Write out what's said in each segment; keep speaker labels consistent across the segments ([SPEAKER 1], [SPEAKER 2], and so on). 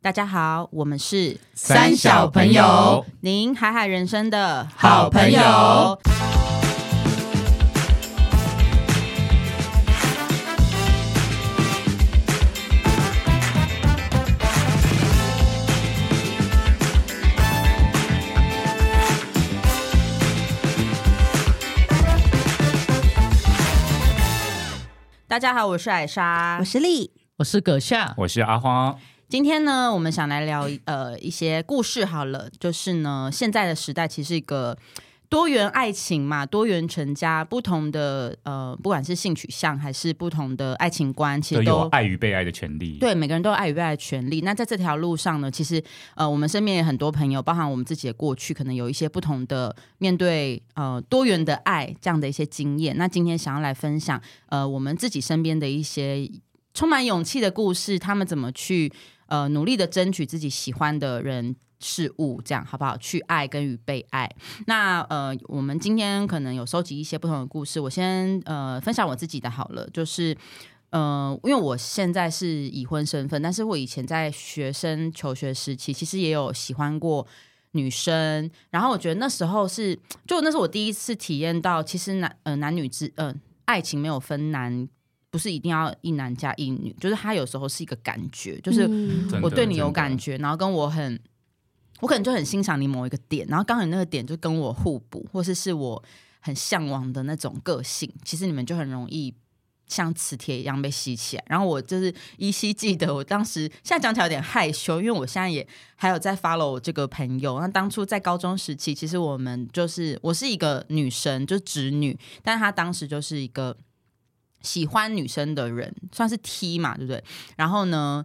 [SPEAKER 1] 大家好，我们是
[SPEAKER 2] 三小朋友，
[SPEAKER 1] 您海海人生的
[SPEAKER 2] 好朋友。
[SPEAKER 1] 大家好，我是艾莎
[SPEAKER 3] 我。是丽，
[SPEAKER 2] 我是葛夏，
[SPEAKER 4] 我是阿花，
[SPEAKER 1] 今天呢，我们想来聊呃一些故事好了，就是呢，现在的时代其实是一个多元爱情嘛，多元成家，不同的呃，不管是性取向还是不同的爱情观，其
[SPEAKER 4] 都
[SPEAKER 1] 实
[SPEAKER 4] 有
[SPEAKER 1] 都
[SPEAKER 4] 爱与被爱的权利。，
[SPEAKER 1] 对，每个人都有爱与被爱的权利。那在这条路上呢，其实呃，我们身边也很多朋友，包含我们自己的过去，可能有一些不同的面对呃多元的爱这样的一些经验。那今天想要来分享呃我们自己身边的一些充满勇气的故事，他们怎么去呃努力的争取自己喜欢的人。事物这样好不好？去爱跟与被爱。那呃，我们今天可能有收集一些不同的故事，我先呃分享我自己的好了，就是呃，因为我现在是已婚身份，但是我以前在学生求学时期，其实也有喜欢过女生。然后我觉得那时候是，就那是我第一次体验到，其实男呃男女之呃爱情没有分男，不是一定要一男加一女，就是它有时候是一个感觉，就是
[SPEAKER 3] 嗯
[SPEAKER 4] 真的
[SPEAKER 1] 我对你有
[SPEAKER 4] 真的
[SPEAKER 1] 感觉，然后跟我很，我可能就很欣赏你某一个点，然后刚好你那个点就跟我互补，或是是我很向往的那种个性，其实你们就很容易。像磁铁一样被吸起来，然后我就是依稀记得，我当时现在讲起来有点害羞，因为我现在也还有在 follow 我这个朋友。那当初在高中时期，其实我们就是我是一个女生，就是直女，但是她当时就是一个喜欢女生的人，算是 T 嘛，对不对？然后呢，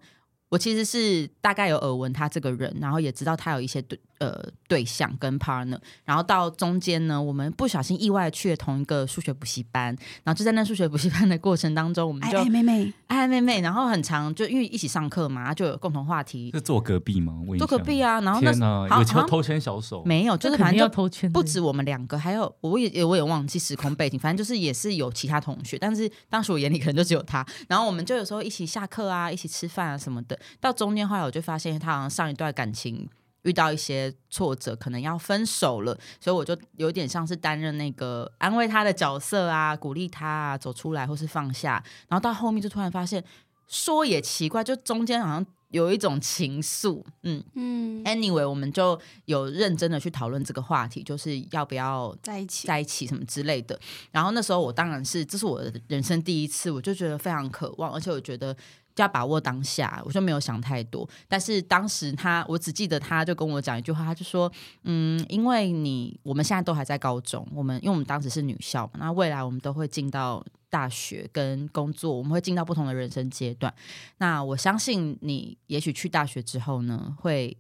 [SPEAKER 1] 我其实是大概有耳闻他这个人，然后也知道他有一些对呃对象跟 partner，然后到中间呢，我们不小心意外去了同一个数学补习班，然后就在那数学补习班的过程当中，我们
[SPEAKER 3] 哎
[SPEAKER 1] 就
[SPEAKER 3] 哎，妹妹，
[SPEAKER 1] 爱爱妹妹，然后很长就因为一起上课嘛，就有共同话题，
[SPEAKER 4] 是坐隔壁吗？我
[SPEAKER 1] 做隔壁
[SPEAKER 4] 啊！
[SPEAKER 1] 啊，然后那
[SPEAKER 4] 天哪，
[SPEAKER 1] 好好
[SPEAKER 4] 有偷
[SPEAKER 1] 像
[SPEAKER 4] 偷牵小手，
[SPEAKER 1] 没有，就是
[SPEAKER 2] 肯
[SPEAKER 1] 反
[SPEAKER 2] 定
[SPEAKER 1] 正
[SPEAKER 2] 要
[SPEAKER 1] 就
[SPEAKER 2] 偷签的，
[SPEAKER 1] 不止我们两个，还有我也我也忘记时空背景，反正就是也是有其他同学，但是当时我眼里可能就只有他。然后我们就有时候一起下课啊，一起吃饭啊什么的。到中间后来我就发现他好像上一段感情遇到一些挫折，可能要分手了，所以我就有点像是担任那个安慰他的角色啊，鼓励他啊走出来或是放下。然后到后面就突然发现，说也奇怪，就中间好像有一种情愫，嗯。
[SPEAKER 3] 嗯，
[SPEAKER 1] Anyway，我们就有认真的去讨论这个话题，就是要不要
[SPEAKER 3] 在一起，
[SPEAKER 1] 在一起什么之类的。然后那时候我当然是，这是我的人生第一次，我就觉得非常渴望，而且我觉得就要把握当下，我就没有想太多。但是当时他，我只记得他就跟我讲一句话，他就说：“嗯，因为你我们现在都还在高中，我们因为我们当时是女校嘛，那未来我们都会进到。”大学跟工作，我们会进到不同的人生阶段。那我相信你，也许去大学之后呢，会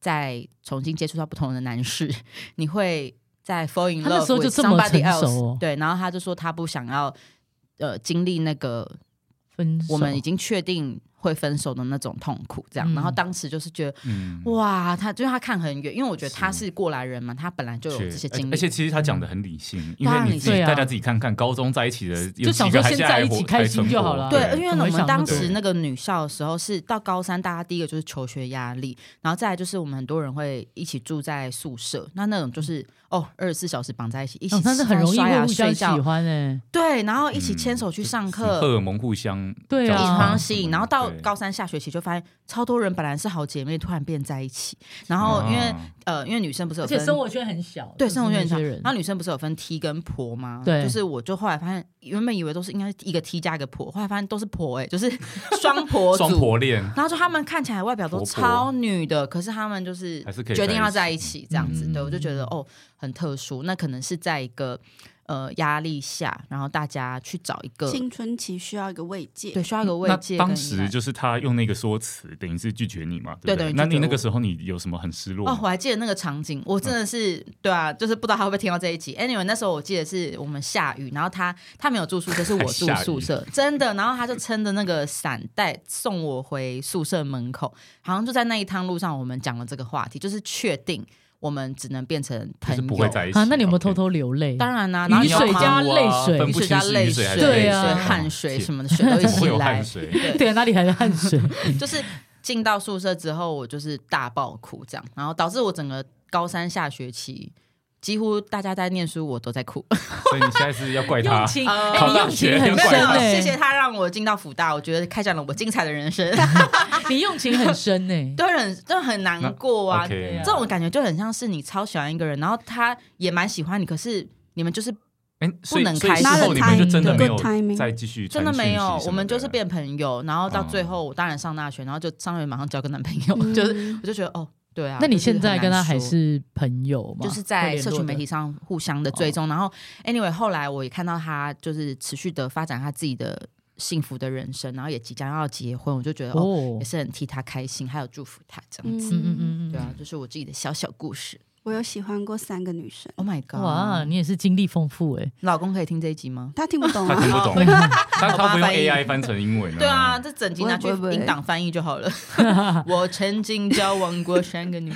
[SPEAKER 1] 再重新接触到不同的男士，你会再 fall in
[SPEAKER 2] 他那
[SPEAKER 1] love
[SPEAKER 2] 时候就
[SPEAKER 1] with
[SPEAKER 2] 这么
[SPEAKER 1] somebody
[SPEAKER 2] 成熟
[SPEAKER 1] else
[SPEAKER 2] 哦
[SPEAKER 1] 对，然后他就说他不想要呃经历那个
[SPEAKER 2] 分手
[SPEAKER 1] 我们已经确定会分手的那种痛苦，这样。
[SPEAKER 2] 嗯
[SPEAKER 1] 然后当时就是觉得。
[SPEAKER 4] 嗯，
[SPEAKER 1] 哇，他就是他看很远，因为我觉得他
[SPEAKER 4] 是
[SPEAKER 1] 是过来人嘛，他本来就有
[SPEAKER 4] 是
[SPEAKER 1] 这些经历，嗯啊
[SPEAKER 4] 而且其实他讲的很理性，因
[SPEAKER 1] 当
[SPEAKER 4] 为
[SPEAKER 1] 然
[SPEAKER 4] 你自
[SPEAKER 2] 理
[SPEAKER 4] 己
[SPEAKER 2] 性
[SPEAKER 4] 大家自己看看，高中在一起的有
[SPEAKER 2] 就想
[SPEAKER 4] 几
[SPEAKER 2] 说
[SPEAKER 4] 个还
[SPEAKER 2] 先
[SPEAKER 4] 现在
[SPEAKER 2] 在
[SPEAKER 4] 还
[SPEAKER 2] 一起
[SPEAKER 4] 活
[SPEAKER 2] 开心
[SPEAKER 4] 还存
[SPEAKER 2] 就
[SPEAKER 4] 活
[SPEAKER 2] 好了
[SPEAKER 1] 对，
[SPEAKER 2] 啊对
[SPEAKER 1] 因为
[SPEAKER 2] 怎么
[SPEAKER 1] 我
[SPEAKER 2] 会
[SPEAKER 1] 们
[SPEAKER 2] 想那
[SPEAKER 1] 当
[SPEAKER 2] 么
[SPEAKER 1] 时
[SPEAKER 4] 多
[SPEAKER 1] 那个女校的时候是到高三，大家第一个就是求学压力，然后再来就是我们很多人会一起住在宿舍，那那种就是哦二十四小时绑在一起，一起
[SPEAKER 2] 哦
[SPEAKER 1] 吃
[SPEAKER 2] 但是很容易
[SPEAKER 1] 刷
[SPEAKER 2] 会
[SPEAKER 1] 牙
[SPEAKER 2] 互相
[SPEAKER 1] 睡
[SPEAKER 2] 喜
[SPEAKER 1] 觉，
[SPEAKER 2] 欢哎，
[SPEAKER 1] 对，然后一起
[SPEAKER 4] 嗯
[SPEAKER 1] 牵手去上课，
[SPEAKER 4] 荷尔蒙互相
[SPEAKER 2] 对
[SPEAKER 1] 一
[SPEAKER 2] 啊
[SPEAKER 1] 起
[SPEAKER 4] 交
[SPEAKER 1] 互
[SPEAKER 4] 叉
[SPEAKER 1] 相吸引，然后到
[SPEAKER 4] 对
[SPEAKER 1] 高三下学期就发现超多人本来是好姐妹突然变在一起，然后因为、
[SPEAKER 4] 啊
[SPEAKER 1] 呃因为女生不是有
[SPEAKER 2] 而且
[SPEAKER 1] 分
[SPEAKER 2] 生活圈很小，
[SPEAKER 1] 对
[SPEAKER 2] 就是
[SPEAKER 1] 生活圈
[SPEAKER 2] 那
[SPEAKER 1] 很小，
[SPEAKER 2] 些人
[SPEAKER 1] 然后女生不是有分 T 跟婆吗？
[SPEAKER 2] 对
[SPEAKER 1] 就是我就后来发现原本以为都是应该是一个 T 加一个婆，后来发现都是婆哎、就是 双婆
[SPEAKER 4] 双
[SPEAKER 1] 组。
[SPEAKER 4] 婆恋，
[SPEAKER 1] 然后就他们看起来外表都
[SPEAKER 4] 婆婆
[SPEAKER 1] 超女的，可是他们就是
[SPEAKER 4] 还是可以
[SPEAKER 1] 决定要在
[SPEAKER 4] 在
[SPEAKER 1] 一
[SPEAKER 4] 一
[SPEAKER 1] 起这样子，
[SPEAKER 4] 嗯
[SPEAKER 1] 对我就觉得哦很特殊，那可能是在一个呃压力下，然后大家去找一个
[SPEAKER 3] 青春期需要一个慰藉，
[SPEAKER 1] 对需要一个
[SPEAKER 2] 嗯
[SPEAKER 1] 慰
[SPEAKER 4] 那
[SPEAKER 1] 藉跟依赖。
[SPEAKER 4] 当时就是他用那个说辞，等于是拒绝你嘛，
[SPEAKER 1] 对
[SPEAKER 4] 对不
[SPEAKER 1] 等于
[SPEAKER 4] 对？
[SPEAKER 1] 拒
[SPEAKER 4] 那
[SPEAKER 1] 绝
[SPEAKER 4] 你那
[SPEAKER 1] 我
[SPEAKER 4] 个时候你有什么很失落嗯
[SPEAKER 1] 哦，我
[SPEAKER 4] 吗？
[SPEAKER 1] 还记得那个场景，我真的是、对啊，就是不知道他会不会听到这一集。Anyway，那时候我记得是我们下雨，然后他他没有住宿舍，是我住
[SPEAKER 4] 下雨
[SPEAKER 1] 宿舍，真的。然后他就撑着那个伞带送我回宿舍门口，好像就在那一趟路上，我们讲了这个话题，就是确定我们只能变成
[SPEAKER 4] 就
[SPEAKER 1] 朋
[SPEAKER 4] 是
[SPEAKER 1] 友。
[SPEAKER 4] 不会在一起
[SPEAKER 2] 啊，那你有没有
[SPEAKER 4] OK
[SPEAKER 2] 偷偷流泪？
[SPEAKER 1] 当然啦、
[SPEAKER 2] 雨
[SPEAKER 1] 然后
[SPEAKER 2] 你
[SPEAKER 1] 你要
[SPEAKER 2] 水
[SPEAKER 1] 哭
[SPEAKER 2] 加
[SPEAKER 1] 啊
[SPEAKER 2] 泪水
[SPEAKER 4] 分
[SPEAKER 1] 雨
[SPEAKER 4] 不
[SPEAKER 1] 水
[SPEAKER 4] 清
[SPEAKER 1] 加
[SPEAKER 4] 是
[SPEAKER 1] 泪
[SPEAKER 4] 雨水还是
[SPEAKER 2] 对
[SPEAKER 4] 泪
[SPEAKER 2] 啊
[SPEAKER 4] 水
[SPEAKER 1] 汗水
[SPEAKER 4] 天
[SPEAKER 1] 什么的，水都一
[SPEAKER 4] 怎么
[SPEAKER 1] 起
[SPEAKER 4] 会有
[SPEAKER 1] 来
[SPEAKER 4] 汗。水？
[SPEAKER 1] 对，
[SPEAKER 2] 对啊，哪里还有汗水？
[SPEAKER 1] 就是。进到宿舍之后，我就是大爆哭这样，然后导致我整个高三下学期。几乎大家在念书，我都在哭。
[SPEAKER 4] 所以你现在是要怪他
[SPEAKER 2] 用，情，
[SPEAKER 1] 呃
[SPEAKER 2] 哎，你用情很
[SPEAKER 1] 没有
[SPEAKER 2] 深
[SPEAKER 1] 没有，
[SPEAKER 2] 哎，
[SPEAKER 1] 啊谢谢他让我进到福大，我觉得开展了我精彩的人生，
[SPEAKER 2] 你用情很 深哎，
[SPEAKER 1] 都很都很难过啊。
[SPEAKER 4] OK，
[SPEAKER 1] 这种感觉就很像是你超喜欢一个人，然后他也蛮喜欢你，可是你们就是
[SPEAKER 4] 哎，所以
[SPEAKER 1] 不能
[SPEAKER 4] 所以
[SPEAKER 1] 开
[SPEAKER 4] 之后你们就真的没有
[SPEAKER 3] Good timing
[SPEAKER 4] 再继续
[SPEAKER 1] 真
[SPEAKER 4] 传
[SPEAKER 1] 的没
[SPEAKER 4] 讯息
[SPEAKER 1] 有
[SPEAKER 4] 什，么
[SPEAKER 1] 我们就是
[SPEAKER 4] 的哦
[SPEAKER 1] 变朋友，然后到最后我当然上大学，然后就上大学马上交个男朋友，
[SPEAKER 4] 嗯
[SPEAKER 1] 就是
[SPEAKER 3] 是
[SPEAKER 1] 我就觉得哦，对啊。
[SPEAKER 2] 那你
[SPEAKER 1] 就是
[SPEAKER 2] 现在
[SPEAKER 1] 很难
[SPEAKER 2] 跟他还
[SPEAKER 1] 说
[SPEAKER 2] 是朋友吗？
[SPEAKER 1] 就是在
[SPEAKER 2] 会联
[SPEAKER 1] 社
[SPEAKER 2] 络
[SPEAKER 1] 群
[SPEAKER 2] 的
[SPEAKER 1] 媒体上互相的追踪，然后 anyway 后来我也看到他就是持续的发展他自己的幸福的人生，然后也即将要结婚，我就觉得哦
[SPEAKER 2] 哦
[SPEAKER 1] 也，是很替他开心，还有祝福他这样子。
[SPEAKER 2] 嗯嗯嗯嗯
[SPEAKER 1] 对啊，就是我自己的小小故事。
[SPEAKER 3] 我有喜欢过三个女生，
[SPEAKER 1] Oh my god！
[SPEAKER 2] 哇，你也是经历丰富哎、
[SPEAKER 1] 老公可以听这一集吗？
[SPEAKER 3] 她听不懂
[SPEAKER 4] 他听
[SPEAKER 3] 啊。
[SPEAKER 4] 不 懂，他他不用
[SPEAKER 1] 翻译
[SPEAKER 4] AI 翻成英文
[SPEAKER 1] 对
[SPEAKER 2] 嗯
[SPEAKER 1] 啊，，这整集拿去
[SPEAKER 3] 不会不会
[SPEAKER 1] 音档翻译就好了。我曾经交往过三个女，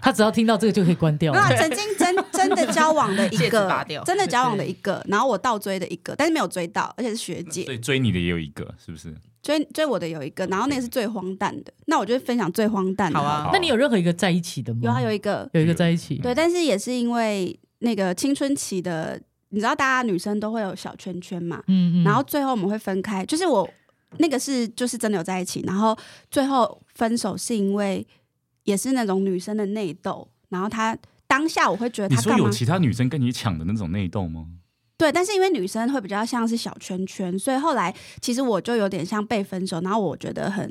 [SPEAKER 2] 他只要听到这个就可以关 掉了
[SPEAKER 3] 那。曾经真真的交往的一
[SPEAKER 1] 戒指拔
[SPEAKER 3] 个
[SPEAKER 1] 掉，
[SPEAKER 3] 真的交往的一个，然后我倒追的一个，但是没有追到，而且是学姐
[SPEAKER 1] 嗯
[SPEAKER 4] 所以追你的也有一个，是不是？
[SPEAKER 3] 追追我的有一个，然后那个是最荒诞的。那我就分享最荒诞的。
[SPEAKER 1] 好啊嗯
[SPEAKER 4] 好
[SPEAKER 2] 那你有任何一个在一起的吗？
[SPEAKER 3] 有啊，有一个，
[SPEAKER 2] 有一个在一起，
[SPEAKER 3] 对，但是也是因为那个青春期的，你知道，大家女生都会有小圈圈嘛，
[SPEAKER 2] 嗯嗯，
[SPEAKER 3] 然后最后我们会分开，就是我那个是就是真的有在一起，然后最后分手是因为也是那种女生的内斗，然后她当下我会觉得
[SPEAKER 4] 你
[SPEAKER 3] 她
[SPEAKER 4] 说
[SPEAKER 3] 干嘛
[SPEAKER 4] 有？其他女生跟你抢的那种内斗吗？
[SPEAKER 3] 对，但是因为女生会比较像是小圈圈，所以后来其实我就有点像被分手，然后我觉得很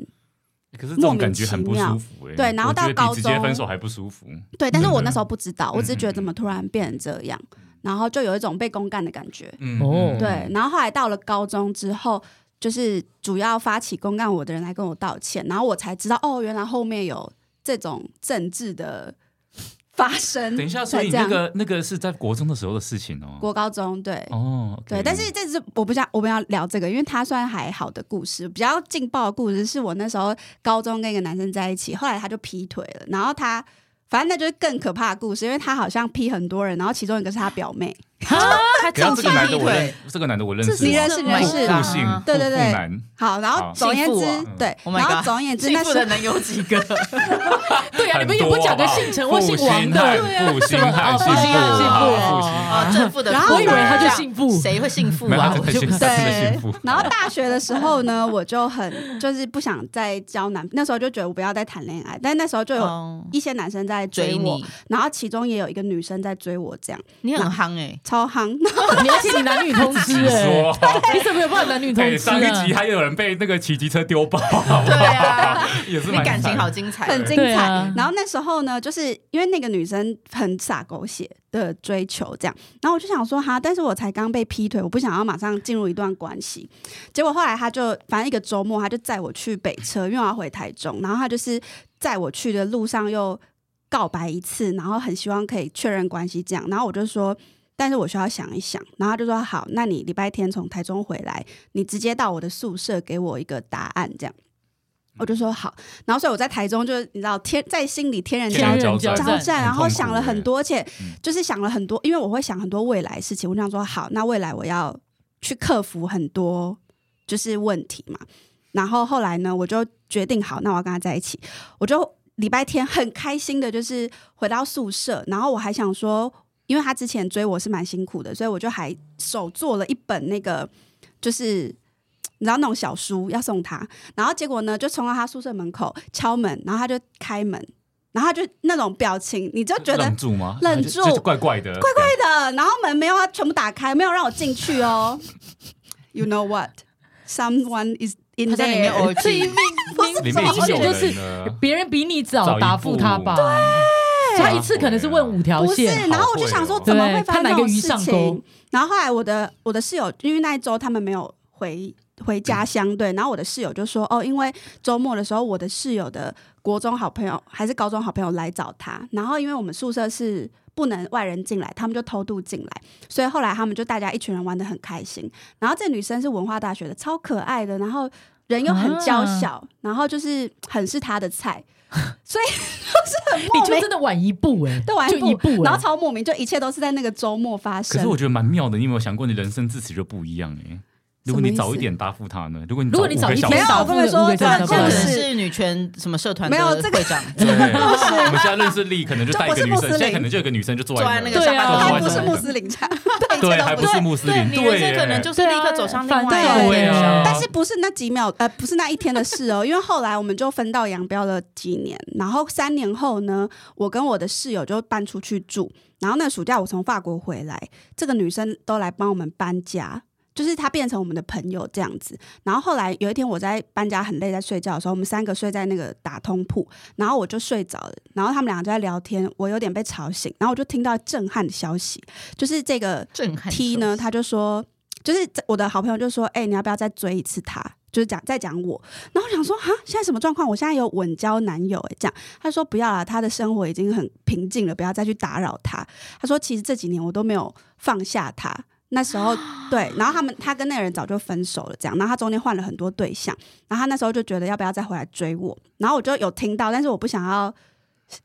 [SPEAKER 4] 可是这种感觉很不舒服哎、
[SPEAKER 3] 对然后到
[SPEAKER 4] 我觉得比
[SPEAKER 3] 高
[SPEAKER 4] 直接
[SPEAKER 3] 中
[SPEAKER 4] 分手还不舒服，
[SPEAKER 3] 对，但是我那时候不知道，我只是觉得怎么突然变成这样，然后就有一种被公干的感觉。
[SPEAKER 4] 嗯
[SPEAKER 2] 哦
[SPEAKER 4] 嗯
[SPEAKER 3] 对，然后后来到了高中之后，就是主要发起公干我的人来跟我道歉，然后我才知道哦，原来后面有这种政治的发生。
[SPEAKER 4] 等一下，所以
[SPEAKER 3] 对
[SPEAKER 4] 你
[SPEAKER 3] 这
[SPEAKER 4] 那
[SPEAKER 3] 样
[SPEAKER 4] 个那个是在国中的时候的事情哦。
[SPEAKER 3] 国高中对。
[SPEAKER 4] 哦，OK
[SPEAKER 3] 对，但是这是我不想我们要聊这个，因为它算还好的故事，比较劲爆的故事是我那时候高中跟一个男生在一起，后来他就劈腿了，然后他反正那就是更可怕的故事，因为他好像劈很多人，然后其中一个是他表妹，
[SPEAKER 1] 他
[SPEAKER 4] 等
[SPEAKER 1] 正
[SPEAKER 4] 一下这
[SPEAKER 1] 经
[SPEAKER 4] 个男的
[SPEAKER 1] 劈
[SPEAKER 4] 我认
[SPEAKER 1] 腿。，
[SPEAKER 4] 这个男的我认
[SPEAKER 3] 这
[SPEAKER 4] 识
[SPEAKER 3] 是你
[SPEAKER 4] 吗，
[SPEAKER 3] 认识你认
[SPEAKER 4] 复
[SPEAKER 3] 识
[SPEAKER 4] 复姓
[SPEAKER 1] 啊，
[SPEAKER 3] 对
[SPEAKER 4] 复
[SPEAKER 3] 对
[SPEAKER 4] 复
[SPEAKER 3] 对
[SPEAKER 4] 男，
[SPEAKER 3] 好，然后
[SPEAKER 4] 好
[SPEAKER 3] 总而言
[SPEAKER 1] 幸
[SPEAKER 3] 之
[SPEAKER 1] 福哦，
[SPEAKER 4] 嗯
[SPEAKER 3] 对，
[SPEAKER 1] Oh my
[SPEAKER 3] 然后
[SPEAKER 1] God，
[SPEAKER 3] 总而言之，
[SPEAKER 1] 幸
[SPEAKER 3] 那
[SPEAKER 1] 福
[SPEAKER 3] 时
[SPEAKER 1] 的
[SPEAKER 3] 候
[SPEAKER 1] 能有几个？
[SPEAKER 2] 对啊，你们也不讲个姓陈或姓王的，对啊，
[SPEAKER 4] 复兴
[SPEAKER 2] 哦
[SPEAKER 4] 汉，啊
[SPEAKER 2] 复兴汉幸
[SPEAKER 4] 幸
[SPEAKER 2] 福
[SPEAKER 4] 福，
[SPEAKER 2] 哦
[SPEAKER 1] 哦，正负的
[SPEAKER 3] 然
[SPEAKER 1] 负，
[SPEAKER 3] 后我以为
[SPEAKER 2] 他就幸福
[SPEAKER 1] 谁会幸福
[SPEAKER 4] 没有
[SPEAKER 1] 啊？
[SPEAKER 4] 他
[SPEAKER 1] 我
[SPEAKER 4] 才
[SPEAKER 1] 就
[SPEAKER 4] 幸
[SPEAKER 1] 不
[SPEAKER 4] 福，
[SPEAKER 1] 知道
[SPEAKER 4] 他真的啊
[SPEAKER 3] 对
[SPEAKER 4] 幸福。
[SPEAKER 3] 然后大学的时候呢，我就很就是不想再交男，那时候就觉得我不要再谈恋爱，但那时候就有
[SPEAKER 1] 哦
[SPEAKER 3] 一些男生在嗯追
[SPEAKER 1] 追
[SPEAKER 3] 我，
[SPEAKER 1] 你，
[SPEAKER 3] 然后其中也有一个女生在追我，这样
[SPEAKER 1] 你很夯哎，
[SPEAKER 3] 超夯。
[SPEAKER 2] 你而且你男女通吃
[SPEAKER 4] 你
[SPEAKER 2] 哎、
[SPEAKER 4] 说，
[SPEAKER 2] 你怎么有办法男女
[SPEAKER 4] 对，
[SPEAKER 2] 通吃
[SPEAKER 4] 上一
[SPEAKER 2] 啊？
[SPEAKER 4] 集还有人被那个骑机车丢包，
[SPEAKER 1] 对 啊，
[SPEAKER 4] 也是
[SPEAKER 1] 你
[SPEAKER 4] 蛮
[SPEAKER 1] 感情
[SPEAKER 4] 惨
[SPEAKER 1] 好精彩，
[SPEAKER 3] 很精
[SPEAKER 2] 对
[SPEAKER 3] 彩。
[SPEAKER 2] 啊
[SPEAKER 3] 然后那时候呢，就是因为那个女生很傻狗血的追求这样，然后我就想说哈，但是我才刚被劈腿，我不想要马上进入一段关系。结果后来他就反正一个周末，他就载我去北车，因为我要回台中，然后他就是载我去的路上又告白一次，然后很希望可以确认关系这样，然后我就说。但是我需要想一想，然后他就说好，那你礼拜天从台中回来，你直接到我的宿舍给我一个答案，这样，我就说好。然后所以我在台中就是你知道天在心里天人
[SPEAKER 4] 天
[SPEAKER 3] 交
[SPEAKER 4] 人
[SPEAKER 2] 交
[SPEAKER 4] 交
[SPEAKER 2] 战
[SPEAKER 4] 战，
[SPEAKER 3] 交战，
[SPEAKER 4] 很
[SPEAKER 3] 然后
[SPEAKER 4] 痛苦
[SPEAKER 3] 想了
[SPEAKER 4] 欸
[SPEAKER 3] 很多，而且
[SPEAKER 4] 嗯
[SPEAKER 3] 就是想了很多，因为我会想很多未来的事情。我想说好，那未来我要去克服很多就是问题嘛。然后后来呢，我就决定好，那我要跟他在一起。我就礼拜天很开心的，就是回到宿舍，然后我还想说，因为他之前追我是蛮辛苦的，所以我就还手做了一本那个就是。你知道那种小书要送他，然后结果呢，就冲到他宿舍门口敲门，然后他就开门，然后他就那种表情，你就觉得
[SPEAKER 4] 愣住吗？
[SPEAKER 3] 愣
[SPEAKER 4] 就
[SPEAKER 3] 住
[SPEAKER 4] 就是怪怪的，怪怪
[SPEAKER 3] 对的，然后门没有，他全部打开，没有让我进去哦。You know what? Someone is in
[SPEAKER 1] 他在里面
[SPEAKER 3] there.
[SPEAKER 1] 偶 这 一
[SPEAKER 3] 不是
[SPEAKER 4] 里面已经
[SPEAKER 2] 而且就
[SPEAKER 4] 有
[SPEAKER 2] 是
[SPEAKER 4] 人了。
[SPEAKER 2] 别人比你早答复他吧？对他一次可能是问五条
[SPEAKER 3] 不是，
[SPEAKER 2] 线，
[SPEAKER 3] 然后我就想说，怎么会发生这种事
[SPEAKER 2] 对他哪个鱼上钩
[SPEAKER 3] 情？然后后来我的我的室友，因为那一周他们没有回回家乡，对，然后我的室友就说，哦，因为周末的时候，我的室友的国中好朋友还是高中好朋友来找他，然后因为我们宿舍是。不能外人进来，他们就偷渡进来，所以后来他们就大家一群人玩的很开心。然后这女生是文化大学的，超可爱的，然后人又很娇
[SPEAKER 2] 啊
[SPEAKER 3] 小，然后就是很是她的菜， 所以就是很
[SPEAKER 2] 你
[SPEAKER 3] 莫
[SPEAKER 2] 就
[SPEAKER 3] 名
[SPEAKER 2] 真的晚一步哎、
[SPEAKER 3] 对，完
[SPEAKER 2] 就一步、
[SPEAKER 3] 然
[SPEAKER 2] 哎
[SPEAKER 3] 后超莫名，就一切都是在那个周末发
[SPEAKER 4] 可
[SPEAKER 3] 生
[SPEAKER 4] 是。我觉得蛮妙的，你有没有想过，你人生自此就不一样哎？如果你
[SPEAKER 3] 什么意思
[SPEAKER 4] 早一点答复他呢？如果你
[SPEAKER 2] 如果你
[SPEAKER 4] 五
[SPEAKER 2] 早
[SPEAKER 4] 个
[SPEAKER 2] 一
[SPEAKER 4] 小
[SPEAKER 2] 天
[SPEAKER 4] 时
[SPEAKER 3] 没有
[SPEAKER 2] 答
[SPEAKER 3] 我
[SPEAKER 2] 复
[SPEAKER 3] 跟你说
[SPEAKER 2] 五个小时
[SPEAKER 3] 这
[SPEAKER 1] 这样
[SPEAKER 3] 样
[SPEAKER 1] 可
[SPEAKER 3] 子
[SPEAKER 1] 能是女权什么社团
[SPEAKER 3] 没有
[SPEAKER 1] 的
[SPEAKER 3] 这个
[SPEAKER 1] 会长，
[SPEAKER 4] 对，
[SPEAKER 2] 啊
[SPEAKER 4] 我们现在认识力可能就带一个女
[SPEAKER 3] 就不是穆斯
[SPEAKER 4] 生，
[SPEAKER 3] 林
[SPEAKER 4] 现在可能就有个女生就坐
[SPEAKER 1] 坐在
[SPEAKER 4] 在
[SPEAKER 1] 那
[SPEAKER 4] 那
[SPEAKER 1] 个
[SPEAKER 4] 儿
[SPEAKER 2] 对
[SPEAKER 1] 上
[SPEAKER 2] 啊
[SPEAKER 1] 班
[SPEAKER 3] 还
[SPEAKER 1] 族
[SPEAKER 3] 不
[SPEAKER 1] 的
[SPEAKER 3] 是
[SPEAKER 1] 那
[SPEAKER 3] 穆
[SPEAKER 1] 个
[SPEAKER 3] 斯林场，
[SPEAKER 4] 对，还不是穆斯
[SPEAKER 1] 对，
[SPEAKER 4] 林，
[SPEAKER 1] 你人
[SPEAKER 4] 对
[SPEAKER 1] 生
[SPEAKER 4] 耶，
[SPEAKER 1] 可能就是立刻走上另外一个
[SPEAKER 3] 对
[SPEAKER 1] 人
[SPEAKER 4] 对啊
[SPEAKER 2] 嗯
[SPEAKER 1] 生。
[SPEAKER 3] 但是不是那几秒，呃，不是那一天的事哦，因 为后来我们就分道扬镳了几年，然后三年后呢，我跟我的室友就搬出去住，然后那暑假我从法国回来，这个女生都来帮我们搬家。就是她变成我们的朋友这样子，然后后来有一天我在搬家很累，在睡觉的时候，我们三个睡在那个打通铺，然后我就睡着了，然后他们两个就在聊天，我有点被吵醒，然后我就听到震撼的消息，就是这个
[SPEAKER 1] 震撼
[SPEAKER 3] T 呢，他就说，就是我的好朋友就说，哎、你要不要再追一次他？就是讲再讲我，然后我想说哈，现在什么状况？我现在有稳交男友哎、这样他说不要啦，他的生活已经很平静了，不要再去打扰他。他说其实这几年我都没有放下他，那时候对，然后他们他跟那个人早就分手了，这样，然后他中间换了很多对象，然后他那时候就觉得要不要再回来追我，然后我就有听到，但是我不想要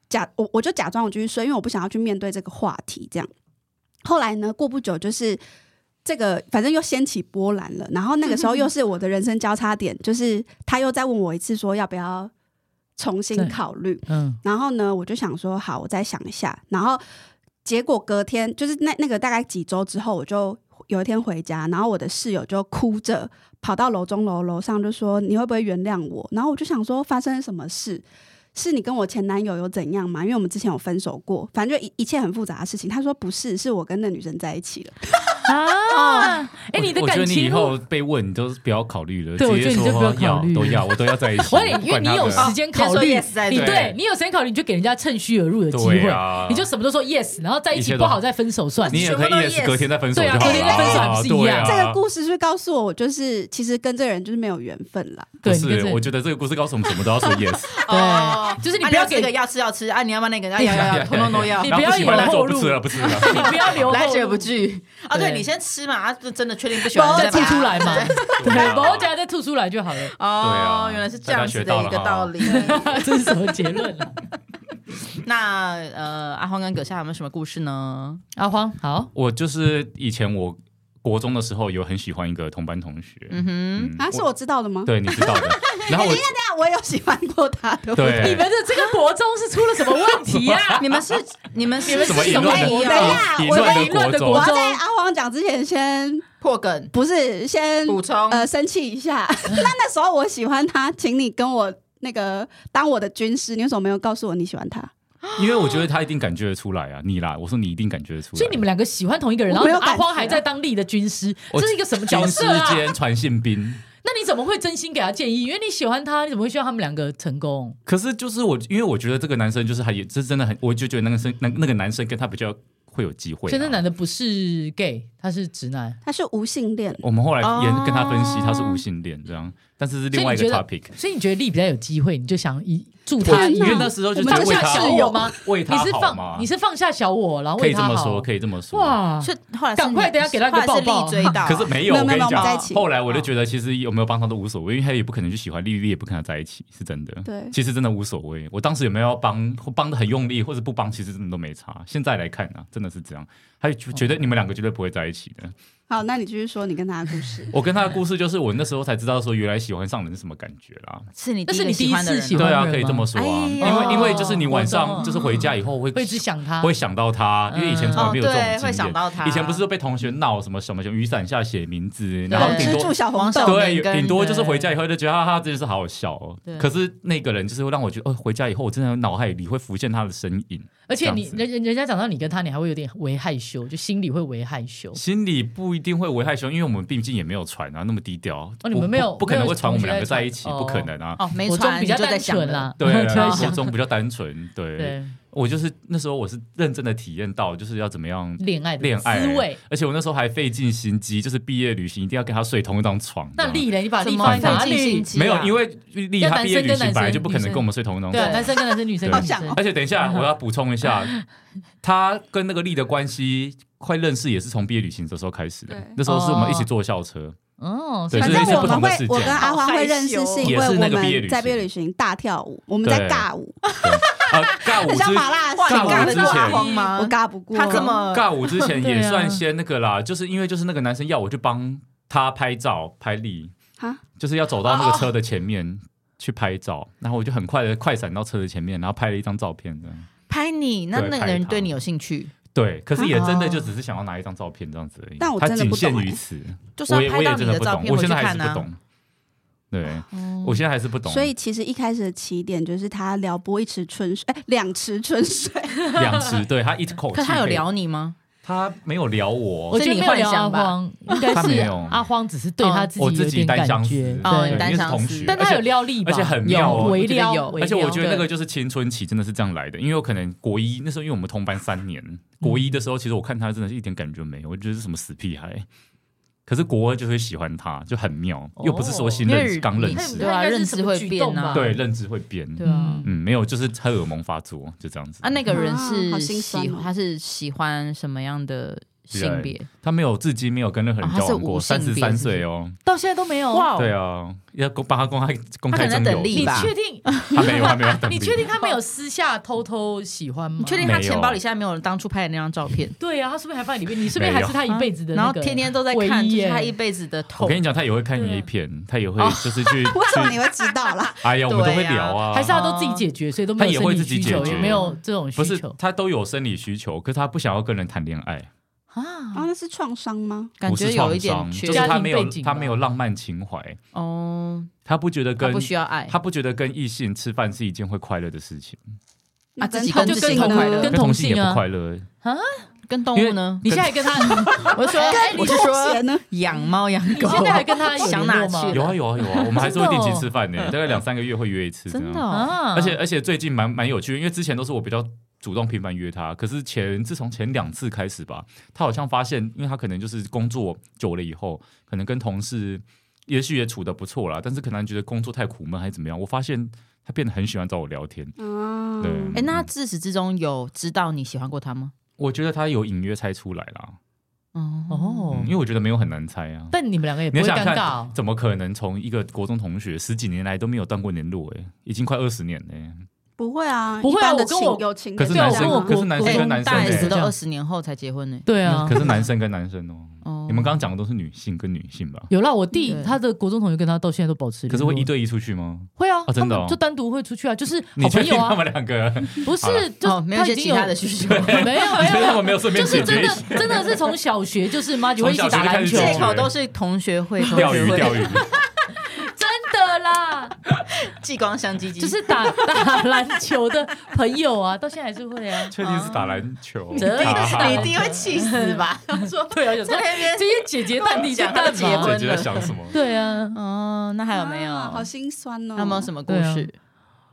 [SPEAKER 3] 假我我就假装我继续睡，因为我不想要去面对这个话题，这样。后来呢，过不久就是这个，反正又掀起波澜了。然后那个时候又是我的人生交叉点，就是他又再问我一次，说要不要重新
[SPEAKER 2] 对
[SPEAKER 3] 考虑。
[SPEAKER 2] 嗯，
[SPEAKER 3] 然后呢，我就想说，好，我再想一下。然后结果隔天，就是那那个大概几周之后，我就有一天回家，然后我的室友就哭着跑到楼中楼楼上，就说你会不会原谅我？然后我就想说，发生什么事？是你跟我前男友有怎样吗？因为我们之前有分手过，反正就一一切很复杂的事情。他说不是，是我跟那女生在一起了。
[SPEAKER 2] 啊，哎，你的
[SPEAKER 4] 我觉
[SPEAKER 2] 感
[SPEAKER 4] 得你以
[SPEAKER 2] 情
[SPEAKER 4] 后被问，你都是不要考虑了，
[SPEAKER 2] 对我
[SPEAKER 4] 直
[SPEAKER 2] 觉得
[SPEAKER 4] 接
[SPEAKER 2] 你就
[SPEAKER 4] 说
[SPEAKER 2] 不要考虑
[SPEAKER 4] 要都要，我都要在一起。
[SPEAKER 2] 我跟你，因为
[SPEAKER 4] 管
[SPEAKER 2] 你
[SPEAKER 4] 他啊
[SPEAKER 2] 有
[SPEAKER 4] 的
[SPEAKER 2] 时间考
[SPEAKER 1] 先
[SPEAKER 2] 虑，
[SPEAKER 1] 说 yes 再
[SPEAKER 2] 你
[SPEAKER 1] 说
[SPEAKER 2] 对你有时间考虑，你就给人家趁虚而入的机
[SPEAKER 4] 对
[SPEAKER 2] 会，
[SPEAKER 4] 啊，
[SPEAKER 2] 你就什么都说 yes，然后在一
[SPEAKER 4] 一
[SPEAKER 2] 起
[SPEAKER 4] 切
[SPEAKER 2] 不
[SPEAKER 4] 都
[SPEAKER 2] 好再分手算。
[SPEAKER 4] 你也可以
[SPEAKER 1] 全部都
[SPEAKER 4] yes，
[SPEAKER 1] yes
[SPEAKER 4] 隔天再分手就好了。
[SPEAKER 2] 对啊隔天再分手还不是一样
[SPEAKER 4] 对啊
[SPEAKER 3] 这个故事是告诉我，我就是其实跟这个人就是没有缘分啦。
[SPEAKER 2] 对，
[SPEAKER 4] 不
[SPEAKER 2] 你跟
[SPEAKER 4] 是
[SPEAKER 2] 这，
[SPEAKER 4] 我觉得这个故事告诉我们什么都要说 yes，
[SPEAKER 1] 哦
[SPEAKER 2] 对就是你
[SPEAKER 1] 啊
[SPEAKER 2] 不要
[SPEAKER 1] 这
[SPEAKER 2] 给
[SPEAKER 1] 个要吃要吃啊，你要不要那个要要要要，通通都要
[SPEAKER 2] 你。
[SPEAKER 4] 啊然后
[SPEAKER 2] 不要
[SPEAKER 4] 喜欢
[SPEAKER 2] 有
[SPEAKER 4] 那种
[SPEAKER 2] 后
[SPEAKER 4] 不吃
[SPEAKER 2] 路
[SPEAKER 4] 了，不 吃啊了。
[SPEAKER 2] 你不要留后
[SPEAKER 1] 来
[SPEAKER 2] 路
[SPEAKER 1] 者不拒啊！对
[SPEAKER 2] 对
[SPEAKER 1] 你先吃嘛，啊，真的确定不喜欢
[SPEAKER 2] 再
[SPEAKER 1] 再
[SPEAKER 2] 吐出来 嘛，
[SPEAKER 4] 对
[SPEAKER 2] 对，
[SPEAKER 4] 啊
[SPEAKER 2] 毛夹再吐出来就好了。
[SPEAKER 1] 哦
[SPEAKER 4] 啊，
[SPEAKER 1] 原来是这样子的一个道理。
[SPEAKER 2] 这是什么结论啊？
[SPEAKER 1] 那呃，阿荒跟葛夏有没有什么故事呢？
[SPEAKER 2] 阿荒，好，
[SPEAKER 4] 我就是以前我国中的时候有很喜欢一个同班同学，
[SPEAKER 1] 嗯哼，
[SPEAKER 4] 嗯
[SPEAKER 3] 啊，是我知道的吗？
[SPEAKER 4] 对你知道的。然后我
[SPEAKER 3] 那我有喜欢过他的。
[SPEAKER 2] 你
[SPEAKER 4] 对
[SPEAKER 2] 们的这个国中是出了什么问题啊 呀？
[SPEAKER 1] 你们是你们是
[SPEAKER 2] 你们
[SPEAKER 4] 什么
[SPEAKER 2] 是
[SPEAKER 4] 淫
[SPEAKER 2] 什么啊
[SPEAKER 4] 乱的哦
[SPEAKER 2] 国
[SPEAKER 1] 哎
[SPEAKER 2] 中
[SPEAKER 1] 呀
[SPEAKER 3] 等一下
[SPEAKER 4] 淫
[SPEAKER 3] 我
[SPEAKER 4] 乱
[SPEAKER 2] 在淫乱的
[SPEAKER 4] 的国
[SPEAKER 3] 我
[SPEAKER 2] 国
[SPEAKER 4] 中
[SPEAKER 3] 要
[SPEAKER 2] 中
[SPEAKER 3] 在阿黄讲之前先
[SPEAKER 1] 破梗
[SPEAKER 3] 不是先
[SPEAKER 1] 补充？
[SPEAKER 3] 呃生气 一下。那那时候我喜欢他，请你跟我那个当我的军师，你为什么没有告诉我你喜欢他？
[SPEAKER 4] 因为我觉得他一定感觉得出来啊，你啦，我说你一定感觉 得出来。
[SPEAKER 2] 所以你们两个喜欢同一个人，然后
[SPEAKER 3] 我没有
[SPEAKER 2] 阿
[SPEAKER 3] 感觉
[SPEAKER 2] 荒
[SPEAKER 3] 啊
[SPEAKER 2] 还在当地的军师，
[SPEAKER 4] 我
[SPEAKER 2] 这是一个什么角
[SPEAKER 4] 军
[SPEAKER 2] 色
[SPEAKER 4] 师
[SPEAKER 2] 啊？
[SPEAKER 4] 间传信兵，
[SPEAKER 2] 那你怎么会真心给他建议？因为你喜欢他，你怎么会希望他们两个成功？
[SPEAKER 4] 可是就是我，因为我觉得这个男生就是他也是真的很，我就觉得那个生那那个男生跟他比较会有机会、啊
[SPEAKER 2] 所以那男。的不是 gay，他是直男。
[SPEAKER 3] 他是无性恋，
[SPEAKER 4] 我们后来也
[SPEAKER 1] 哦
[SPEAKER 4] 跟他分析，他是无性恋这样，但是是另外一个
[SPEAKER 2] 所以你觉
[SPEAKER 4] topic。
[SPEAKER 2] 所以你觉得力比较有机会，你就想一助他
[SPEAKER 3] 天
[SPEAKER 2] 一
[SPEAKER 4] 因
[SPEAKER 3] 哪
[SPEAKER 4] 为
[SPEAKER 2] 臂。
[SPEAKER 4] 那时候就是
[SPEAKER 3] 我们
[SPEAKER 4] 为
[SPEAKER 3] 当
[SPEAKER 4] 他
[SPEAKER 3] 下
[SPEAKER 4] 好
[SPEAKER 3] 室友
[SPEAKER 4] 嘛，为
[SPEAKER 2] 你
[SPEAKER 4] 他
[SPEAKER 2] 是
[SPEAKER 4] 好嘛
[SPEAKER 2] 放，你是放下小我，然后
[SPEAKER 4] 可
[SPEAKER 2] 为
[SPEAKER 4] 以这
[SPEAKER 2] 他
[SPEAKER 4] 么
[SPEAKER 2] 好。
[SPEAKER 4] 说，可以这么说。
[SPEAKER 2] 哇！
[SPEAKER 1] 是后来是
[SPEAKER 2] 赶快等一下给他一
[SPEAKER 1] 后
[SPEAKER 2] 个
[SPEAKER 1] 来是
[SPEAKER 2] 抱抱
[SPEAKER 1] 力追到，
[SPEAKER 4] 可是没有，
[SPEAKER 3] 没有
[SPEAKER 4] 我跟
[SPEAKER 3] 没有
[SPEAKER 4] 你
[SPEAKER 3] 我们在
[SPEAKER 4] 讲
[SPEAKER 3] 一，起
[SPEAKER 4] 后来我就觉得其实有没有帮他都无所谓，因为他也不可能去喜欢丽丽，也不可能在一起，是真的。
[SPEAKER 3] 对
[SPEAKER 4] 其实真的无所谓。我当时有没有要帮，或帮的很用力，或者不帮，其实真的都没差。现在来看啊，真的是这样。还有觉得你们两个绝对不会在一起的。。
[SPEAKER 3] 好，那你继续说你跟他的故事
[SPEAKER 4] 我跟他的故事就是，我那时候才知道说，原来喜欢上人是什么感觉啦。
[SPEAKER 1] 是你
[SPEAKER 2] 那是
[SPEAKER 1] 个
[SPEAKER 2] 你第一
[SPEAKER 1] 欢的
[SPEAKER 2] 次
[SPEAKER 1] 人
[SPEAKER 2] 喜
[SPEAKER 1] 吗
[SPEAKER 2] 欢
[SPEAKER 4] 对啊，
[SPEAKER 2] 人
[SPEAKER 4] 可以这
[SPEAKER 2] 吗
[SPEAKER 4] 么说啊。
[SPEAKER 1] 哎
[SPEAKER 4] 因
[SPEAKER 1] 呀
[SPEAKER 4] 为因为就是你晚
[SPEAKER 2] 我懂
[SPEAKER 4] 上就是回家以后会
[SPEAKER 2] 会一直想他，
[SPEAKER 4] 会想到他，因为以前从来没有这种
[SPEAKER 1] 哦对
[SPEAKER 4] 经
[SPEAKER 1] 会想
[SPEAKER 4] 验。
[SPEAKER 1] 到他
[SPEAKER 4] 以前不是被同学闹什么什么，雨伞下写名字，然后
[SPEAKER 1] 对
[SPEAKER 4] 顶
[SPEAKER 3] 吃
[SPEAKER 4] 多
[SPEAKER 3] 住小红
[SPEAKER 1] 王
[SPEAKER 3] 豆
[SPEAKER 1] 少，
[SPEAKER 4] 对，
[SPEAKER 1] 跟
[SPEAKER 4] 顶多就是回家以后就觉得哈哈，这就是好好笑哦
[SPEAKER 1] 对。
[SPEAKER 4] 可是那个人就是会让我觉得，哦，回家以后我真的脑海里会浮现他的身影，
[SPEAKER 2] 而且你
[SPEAKER 4] 这样子
[SPEAKER 2] 人人人家讲到你跟他，你还会有点为害羞，就心里会为害羞。
[SPEAKER 4] 心里不一定会为害羞，因为我们毕竟也没有传啊，那么低调。
[SPEAKER 2] 哦你们没有
[SPEAKER 4] 不不可能
[SPEAKER 2] 没有
[SPEAKER 4] 会传我们两个
[SPEAKER 2] 同学在
[SPEAKER 4] 在一起，
[SPEAKER 2] 传
[SPEAKER 4] 不可能 啊。
[SPEAKER 1] 哦，没
[SPEAKER 2] 我
[SPEAKER 1] 传
[SPEAKER 2] 中比较
[SPEAKER 1] 你就在
[SPEAKER 2] 单
[SPEAKER 1] 想
[SPEAKER 2] 纯
[SPEAKER 1] 了
[SPEAKER 2] 啦，
[SPEAKER 4] 对
[SPEAKER 2] 就在
[SPEAKER 4] 啊，国
[SPEAKER 2] 想
[SPEAKER 4] 中比较单纯。对，
[SPEAKER 2] 对
[SPEAKER 4] 我就是那时候我是认真的体验到，就是要怎么样
[SPEAKER 2] 恋爱的
[SPEAKER 4] 恋爱啊
[SPEAKER 2] 滋味。
[SPEAKER 4] 而且我那时候还费尽心机，就是毕业旅行一定要跟他睡同一张床。
[SPEAKER 2] 那
[SPEAKER 4] 这样
[SPEAKER 2] 丽嘞，你把
[SPEAKER 1] 怎
[SPEAKER 2] 丽
[SPEAKER 1] 么
[SPEAKER 2] 放在
[SPEAKER 1] 费
[SPEAKER 2] 哪
[SPEAKER 1] 尽心
[SPEAKER 2] 里？
[SPEAKER 1] 机啊？
[SPEAKER 4] 没有，因为丽
[SPEAKER 2] 要
[SPEAKER 4] 她
[SPEAKER 2] 男
[SPEAKER 4] 毕业
[SPEAKER 2] 生
[SPEAKER 4] 旅
[SPEAKER 2] 跟
[SPEAKER 4] 行
[SPEAKER 2] 男
[SPEAKER 4] 本来
[SPEAKER 2] 生
[SPEAKER 4] 就不可
[SPEAKER 2] 女
[SPEAKER 4] 能
[SPEAKER 2] 生
[SPEAKER 4] 跟我们睡同一张
[SPEAKER 2] 对，啊
[SPEAKER 4] 床。
[SPEAKER 2] 男生跟男生，女生
[SPEAKER 4] 对
[SPEAKER 2] 跟女生。
[SPEAKER 4] 而且等一 下，我要补充一下，他跟那个丽的关系快认识也是从毕业旅行的时候开始的
[SPEAKER 3] 对。
[SPEAKER 4] 那时候是我们一起坐校车，
[SPEAKER 2] 哦，
[SPEAKER 4] 对
[SPEAKER 2] 所
[SPEAKER 3] 反
[SPEAKER 2] 以
[SPEAKER 4] 这是一
[SPEAKER 3] 正
[SPEAKER 4] 些
[SPEAKER 3] 我
[SPEAKER 4] 不
[SPEAKER 3] 们
[SPEAKER 4] 同的事件
[SPEAKER 3] 会，我跟阿黄会认识，是因为
[SPEAKER 4] 也
[SPEAKER 3] 我
[SPEAKER 4] 是那个毕业旅行
[SPEAKER 3] 们在毕业旅行大跳舞，我们在
[SPEAKER 4] 对
[SPEAKER 3] 尬舞，
[SPEAKER 4] 呃，尬舞
[SPEAKER 3] 很哦像麻
[SPEAKER 4] 之
[SPEAKER 3] 辣
[SPEAKER 1] 哇，
[SPEAKER 3] 香
[SPEAKER 1] 你
[SPEAKER 4] 尬
[SPEAKER 1] 干
[SPEAKER 4] 舞
[SPEAKER 1] 得
[SPEAKER 4] 之
[SPEAKER 1] 过阿
[SPEAKER 4] 前
[SPEAKER 1] 荒吗？
[SPEAKER 3] 我尬不过。
[SPEAKER 1] 他这么
[SPEAKER 4] 嗯尬舞之前
[SPEAKER 2] 对啊
[SPEAKER 4] 也算先那个啦，就是因为就是那个男生要我去帮。他拍照拍立，
[SPEAKER 3] 哈，哦
[SPEAKER 4] 就是要走到那个车的前面去拍照，然后我就很快的快闪到车的前面，然后拍了一张照片这样。
[SPEAKER 1] 拍你，那
[SPEAKER 4] 对
[SPEAKER 1] 那个
[SPEAKER 4] 拍
[SPEAKER 1] 人
[SPEAKER 4] 他
[SPEAKER 1] 对你有兴趣，
[SPEAKER 4] 对，可是也真的就只是想要拿一张照片这样子而已，
[SPEAKER 3] 哦但我
[SPEAKER 4] 它
[SPEAKER 3] 真的
[SPEAKER 4] 仅
[SPEAKER 3] 不
[SPEAKER 4] 限
[SPEAKER 3] 懂
[SPEAKER 4] 于
[SPEAKER 3] 欸
[SPEAKER 4] 此。
[SPEAKER 1] 就是
[SPEAKER 4] 我
[SPEAKER 1] 要
[SPEAKER 4] 也我
[SPEAKER 1] 拍
[SPEAKER 4] 也
[SPEAKER 1] 到
[SPEAKER 4] 真
[SPEAKER 1] 你
[SPEAKER 4] 的不
[SPEAKER 1] 照
[SPEAKER 4] 懂，
[SPEAKER 1] 片
[SPEAKER 4] 我
[SPEAKER 1] 回
[SPEAKER 4] 现
[SPEAKER 1] 去
[SPEAKER 4] 在还
[SPEAKER 1] 看哦
[SPEAKER 4] 是不
[SPEAKER 1] 啊。
[SPEAKER 4] 懂。对，我现在还是不懂。
[SPEAKER 3] 所以其实一开始的起点就是他撩拨一池春水，哎、 两池 春水，
[SPEAKER 4] 两池，对他一口气，
[SPEAKER 1] 可是他有，聊你吗？
[SPEAKER 4] 他没有聊我
[SPEAKER 2] 我，觉得没有
[SPEAKER 4] 啊
[SPEAKER 1] 所
[SPEAKER 2] 聊阿
[SPEAKER 1] 以你幻想吧
[SPEAKER 2] 荒，应该
[SPEAKER 4] 他
[SPEAKER 2] 是
[SPEAKER 4] 没有
[SPEAKER 2] 阿荒只是对他自己
[SPEAKER 4] 我
[SPEAKER 2] 有
[SPEAKER 4] 自己
[SPEAKER 2] 点
[SPEAKER 4] 单
[SPEAKER 2] 感
[SPEAKER 4] 相思
[SPEAKER 2] 觉，，
[SPEAKER 1] 哦你
[SPEAKER 4] 对
[SPEAKER 1] 单
[SPEAKER 4] 因为是
[SPEAKER 1] 相
[SPEAKER 4] 同
[SPEAKER 1] 思
[SPEAKER 4] 学，
[SPEAKER 2] 但
[SPEAKER 4] 而
[SPEAKER 2] 他
[SPEAKER 4] 且
[SPEAKER 2] 有撩力吧？
[SPEAKER 4] 而且很妙哦
[SPEAKER 2] 有微
[SPEAKER 1] 我觉得
[SPEAKER 2] 撩
[SPEAKER 1] 有，
[SPEAKER 2] 微
[SPEAKER 4] 而且我觉得
[SPEAKER 2] 撩
[SPEAKER 4] 那个就是青春期真的是这样来的，因为我可能国一那时候，因为我们同班三年，国一的时候其实我看他真的是一点感觉没有，我觉得是什么死屁孩。可是国二就会喜欢他，就很妙，又不是说新
[SPEAKER 1] 因
[SPEAKER 4] 认
[SPEAKER 1] 为
[SPEAKER 4] 识刚认
[SPEAKER 1] 哦你
[SPEAKER 4] 识，
[SPEAKER 1] 对啊，
[SPEAKER 2] 他应该
[SPEAKER 1] 认
[SPEAKER 2] 是什
[SPEAKER 1] 知
[SPEAKER 2] 么
[SPEAKER 1] 会
[SPEAKER 2] 举
[SPEAKER 1] 变
[SPEAKER 2] 动
[SPEAKER 1] 啊。
[SPEAKER 2] 吧
[SPEAKER 4] 对认知会变，
[SPEAKER 2] 对啊，
[SPEAKER 4] 嗯，没有，就是荷尔蒙发作就这样子
[SPEAKER 1] 啊，那个人
[SPEAKER 3] 啊
[SPEAKER 1] 是
[SPEAKER 3] 好心酸
[SPEAKER 1] 喜
[SPEAKER 3] 哦
[SPEAKER 1] 他是喜欢什么样的性别？
[SPEAKER 4] 他没有，至今没有跟任何人
[SPEAKER 1] 哦他
[SPEAKER 4] 交
[SPEAKER 1] 是
[SPEAKER 4] 往过，
[SPEAKER 1] 无性
[SPEAKER 4] 三
[SPEAKER 1] 别
[SPEAKER 4] 十三岁哦，
[SPEAKER 2] 到现在都没有。
[SPEAKER 1] 哇，
[SPEAKER 4] 对，啊，要公帮他公开公
[SPEAKER 1] 他
[SPEAKER 4] 开
[SPEAKER 1] 可能
[SPEAKER 4] 征
[SPEAKER 1] 在
[SPEAKER 4] 友
[SPEAKER 1] 等利
[SPEAKER 2] 哦你
[SPEAKER 1] 吧
[SPEAKER 2] 确 定？
[SPEAKER 4] 他没有，他没有等
[SPEAKER 2] 你
[SPEAKER 4] 利。
[SPEAKER 2] 确定他没有私下偷偷喜欢吗？
[SPEAKER 1] 你确定他
[SPEAKER 4] 没有
[SPEAKER 1] 钱包里现在没有当初拍的那张照片？
[SPEAKER 2] 对啊，他是不是还放在里面？你是不是
[SPEAKER 4] 没
[SPEAKER 2] 还
[SPEAKER 4] 有
[SPEAKER 2] 是他一辈子的
[SPEAKER 1] 然
[SPEAKER 2] 那
[SPEAKER 1] 后
[SPEAKER 2] 个？
[SPEAKER 1] 天天都在
[SPEAKER 2] 唯
[SPEAKER 1] 看，
[SPEAKER 2] 一
[SPEAKER 1] 就是
[SPEAKER 2] 耶
[SPEAKER 1] 他一辈子的
[SPEAKER 4] 我
[SPEAKER 1] 痛
[SPEAKER 4] 跟。你讲，他也会看
[SPEAKER 2] 对啊
[SPEAKER 4] A 片，他也会就是去。
[SPEAKER 3] 为什么
[SPEAKER 4] 去
[SPEAKER 3] 你会知道啦？
[SPEAKER 4] 哎呀，我们都会
[SPEAKER 1] 对啊
[SPEAKER 4] 聊啊，
[SPEAKER 2] 还是他都自己解决，所以都没有
[SPEAKER 4] 他也
[SPEAKER 2] 生
[SPEAKER 4] 会
[SPEAKER 2] 理
[SPEAKER 4] 自
[SPEAKER 2] 需
[SPEAKER 4] 己解
[SPEAKER 2] 求
[SPEAKER 4] 决
[SPEAKER 2] 也没有这种
[SPEAKER 4] 不
[SPEAKER 2] 需
[SPEAKER 4] 是
[SPEAKER 2] 求
[SPEAKER 4] 他都有生理需求，可是他不想要跟人谈恋爱，
[SPEAKER 2] 啊
[SPEAKER 3] 然哦后、。那是创伤吗？
[SPEAKER 1] 感
[SPEAKER 4] 不
[SPEAKER 1] 觉
[SPEAKER 4] 是
[SPEAKER 1] 有一
[SPEAKER 4] 创
[SPEAKER 1] 点
[SPEAKER 4] 伤
[SPEAKER 1] 缺
[SPEAKER 4] 就是他
[SPEAKER 2] 家庭
[SPEAKER 4] 没有
[SPEAKER 2] 背景吧
[SPEAKER 4] 他没有浪漫情怀，
[SPEAKER 1] 哦，
[SPEAKER 4] 他不觉得
[SPEAKER 1] 他
[SPEAKER 4] 跟
[SPEAKER 1] 不需要爱，
[SPEAKER 4] 他不觉得跟异性吃饭是一件会快乐的事情，
[SPEAKER 1] 啊自己
[SPEAKER 3] 那
[SPEAKER 1] 跟
[SPEAKER 3] 跟
[SPEAKER 1] 自
[SPEAKER 3] 同
[SPEAKER 1] 己
[SPEAKER 3] 性
[SPEAKER 1] 快乐
[SPEAKER 2] 跟
[SPEAKER 3] 呢？
[SPEAKER 4] 跟同
[SPEAKER 2] 同
[SPEAKER 4] 性
[SPEAKER 2] 性
[SPEAKER 4] 也
[SPEAKER 2] 啊
[SPEAKER 4] 不快乐。
[SPEAKER 1] 跟动物呢？
[SPEAKER 2] 你现在跟他， 我说，哎
[SPEAKER 1] 我
[SPEAKER 2] 你
[SPEAKER 1] 是
[SPEAKER 3] 跟
[SPEAKER 1] 说
[SPEAKER 3] 呢？
[SPEAKER 1] 养猫养狗，
[SPEAKER 2] 你现在还跟他有
[SPEAKER 1] 想
[SPEAKER 2] 联
[SPEAKER 1] 哪
[SPEAKER 2] 络
[SPEAKER 1] 去
[SPEAKER 2] 吗
[SPEAKER 1] 了？
[SPEAKER 4] 有啊有啊有啊，我们还是会
[SPEAKER 2] 真的
[SPEAKER 4] 定
[SPEAKER 2] 哦
[SPEAKER 4] 期吃饭呢，大概两三个月会约一次，这
[SPEAKER 1] 真
[SPEAKER 4] 样
[SPEAKER 1] 的哦，
[SPEAKER 2] 啊
[SPEAKER 4] 而且而且最近蛮蛮有趣的，因为之前都是我比较主动频繁约他，可是前自从前两次开始吧，他好像发现，因为他可能就是工作久了以后，可能跟同事也许也处的不错啦，但是可能觉得工作太苦闷还是怎么样，我发现他变得很喜欢找我聊天。
[SPEAKER 3] 啊，
[SPEAKER 2] 嗯
[SPEAKER 4] 对，嗯
[SPEAKER 1] 哎、那他自始至终有知道你喜欢过他吗？
[SPEAKER 4] 我觉得他有隐约猜出来啦，
[SPEAKER 1] 哦，
[SPEAKER 2] 哦
[SPEAKER 4] 嗯因，为我觉得没有很难猜啊。
[SPEAKER 2] 但你们两个也不
[SPEAKER 4] 你
[SPEAKER 2] 会
[SPEAKER 4] 要想想
[SPEAKER 2] 尴尬哦
[SPEAKER 4] 看，。怎么可能从一个国中同学十几年来都没有断过联络、欸？已经快二十年了、欸。
[SPEAKER 3] 不会啊，
[SPEAKER 2] 不会啊
[SPEAKER 3] 一般的
[SPEAKER 2] 我跟
[SPEAKER 3] 情
[SPEAKER 2] 我
[SPEAKER 3] 友情
[SPEAKER 4] 可是
[SPEAKER 3] 这样
[SPEAKER 4] 男
[SPEAKER 2] 对啊
[SPEAKER 4] 生，
[SPEAKER 2] 我
[SPEAKER 3] 啊
[SPEAKER 2] 跟
[SPEAKER 4] 可是男生跟男生、
[SPEAKER 1] 大
[SPEAKER 2] 哎
[SPEAKER 1] S
[SPEAKER 4] 欸，
[SPEAKER 1] 都二十年后才结婚呢、
[SPEAKER 2] 对啊
[SPEAKER 4] 可，是男生跟男生哦、
[SPEAKER 1] 哦，
[SPEAKER 4] 你们刚刚讲的都是女性跟女性吧？
[SPEAKER 2] 有啦，我弟
[SPEAKER 1] 对
[SPEAKER 2] 他的国中同学跟他到现在都保持联络。
[SPEAKER 4] 可是会一对一出去吗？
[SPEAKER 2] 会啊，
[SPEAKER 4] 哦真的哦
[SPEAKER 2] 他们就单独会出去啊，就是
[SPEAKER 4] 你
[SPEAKER 2] 好
[SPEAKER 4] 确
[SPEAKER 2] 朋
[SPEAKER 4] 定
[SPEAKER 2] 友
[SPEAKER 4] 他
[SPEAKER 2] 啊，
[SPEAKER 4] 们两个？你
[SPEAKER 2] 不是就
[SPEAKER 1] 哦，没有一些其他的需
[SPEAKER 2] 求，
[SPEAKER 1] 求，
[SPEAKER 2] 没 有没
[SPEAKER 4] 觉得他
[SPEAKER 2] 有，啊
[SPEAKER 4] 们没有顺便
[SPEAKER 2] 就
[SPEAKER 4] 解
[SPEAKER 2] 是
[SPEAKER 4] 决
[SPEAKER 2] 真
[SPEAKER 4] 一
[SPEAKER 2] 的
[SPEAKER 4] 下
[SPEAKER 2] 真的是从小学就是妈就会一起
[SPEAKER 4] 从小
[SPEAKER 2] 打
[SPEAKER 4] 学就
[SPEAKER 2] 篮
[SPEAKER 4] 开始
[SPEAKER 2] 球，
[SPEAKER 4] 解
[SPEAKER 1] 借
[SPEAKER 4] 决
[SPEAKER 1] 口都是同学会、同
[SPEAKER 4] 钓
[SPEAKER 1] 学
[SPEAKER 4] 鱼
[SPEAKER 1] 会、
[SPEAKER 4] 钓鱼？
[SPEAKER 2] 真的啦，
[SPEAKER 1] 激光相机机，
[SPEAKER 2] 就是打打篮球的朋友啊，到现在还是会啊。
[SPEAKER 4] 确定是打篮球？
[SPEAKER 2] 真的
[SPEAKER 4] 哈哈
[SPEAKER 1] 你一定会气死吧？ 他说
[SPEAKER 2] 对啊，有时候
[SPEAKER 1] 在那边
[SPEAKER 2] 这些姐姐蛋弟就
[SPEAKER 1] 讲到
[SPEAKER 2] 蛋
[SPEAKER 1] 结
[SPEAKER 2] 嘛
[SPEAKER 1] 婚
[SPEAKER 4] 姐姐在想什么？
[SPEAKER 2] 对啊，
[SPEAKER 1] 哦，那还有没有？
[SPEAKER 3] 啊好心酸哦。
[SPEAKER 1] 那有没有什么故事？
[SPEAKER 2] 啊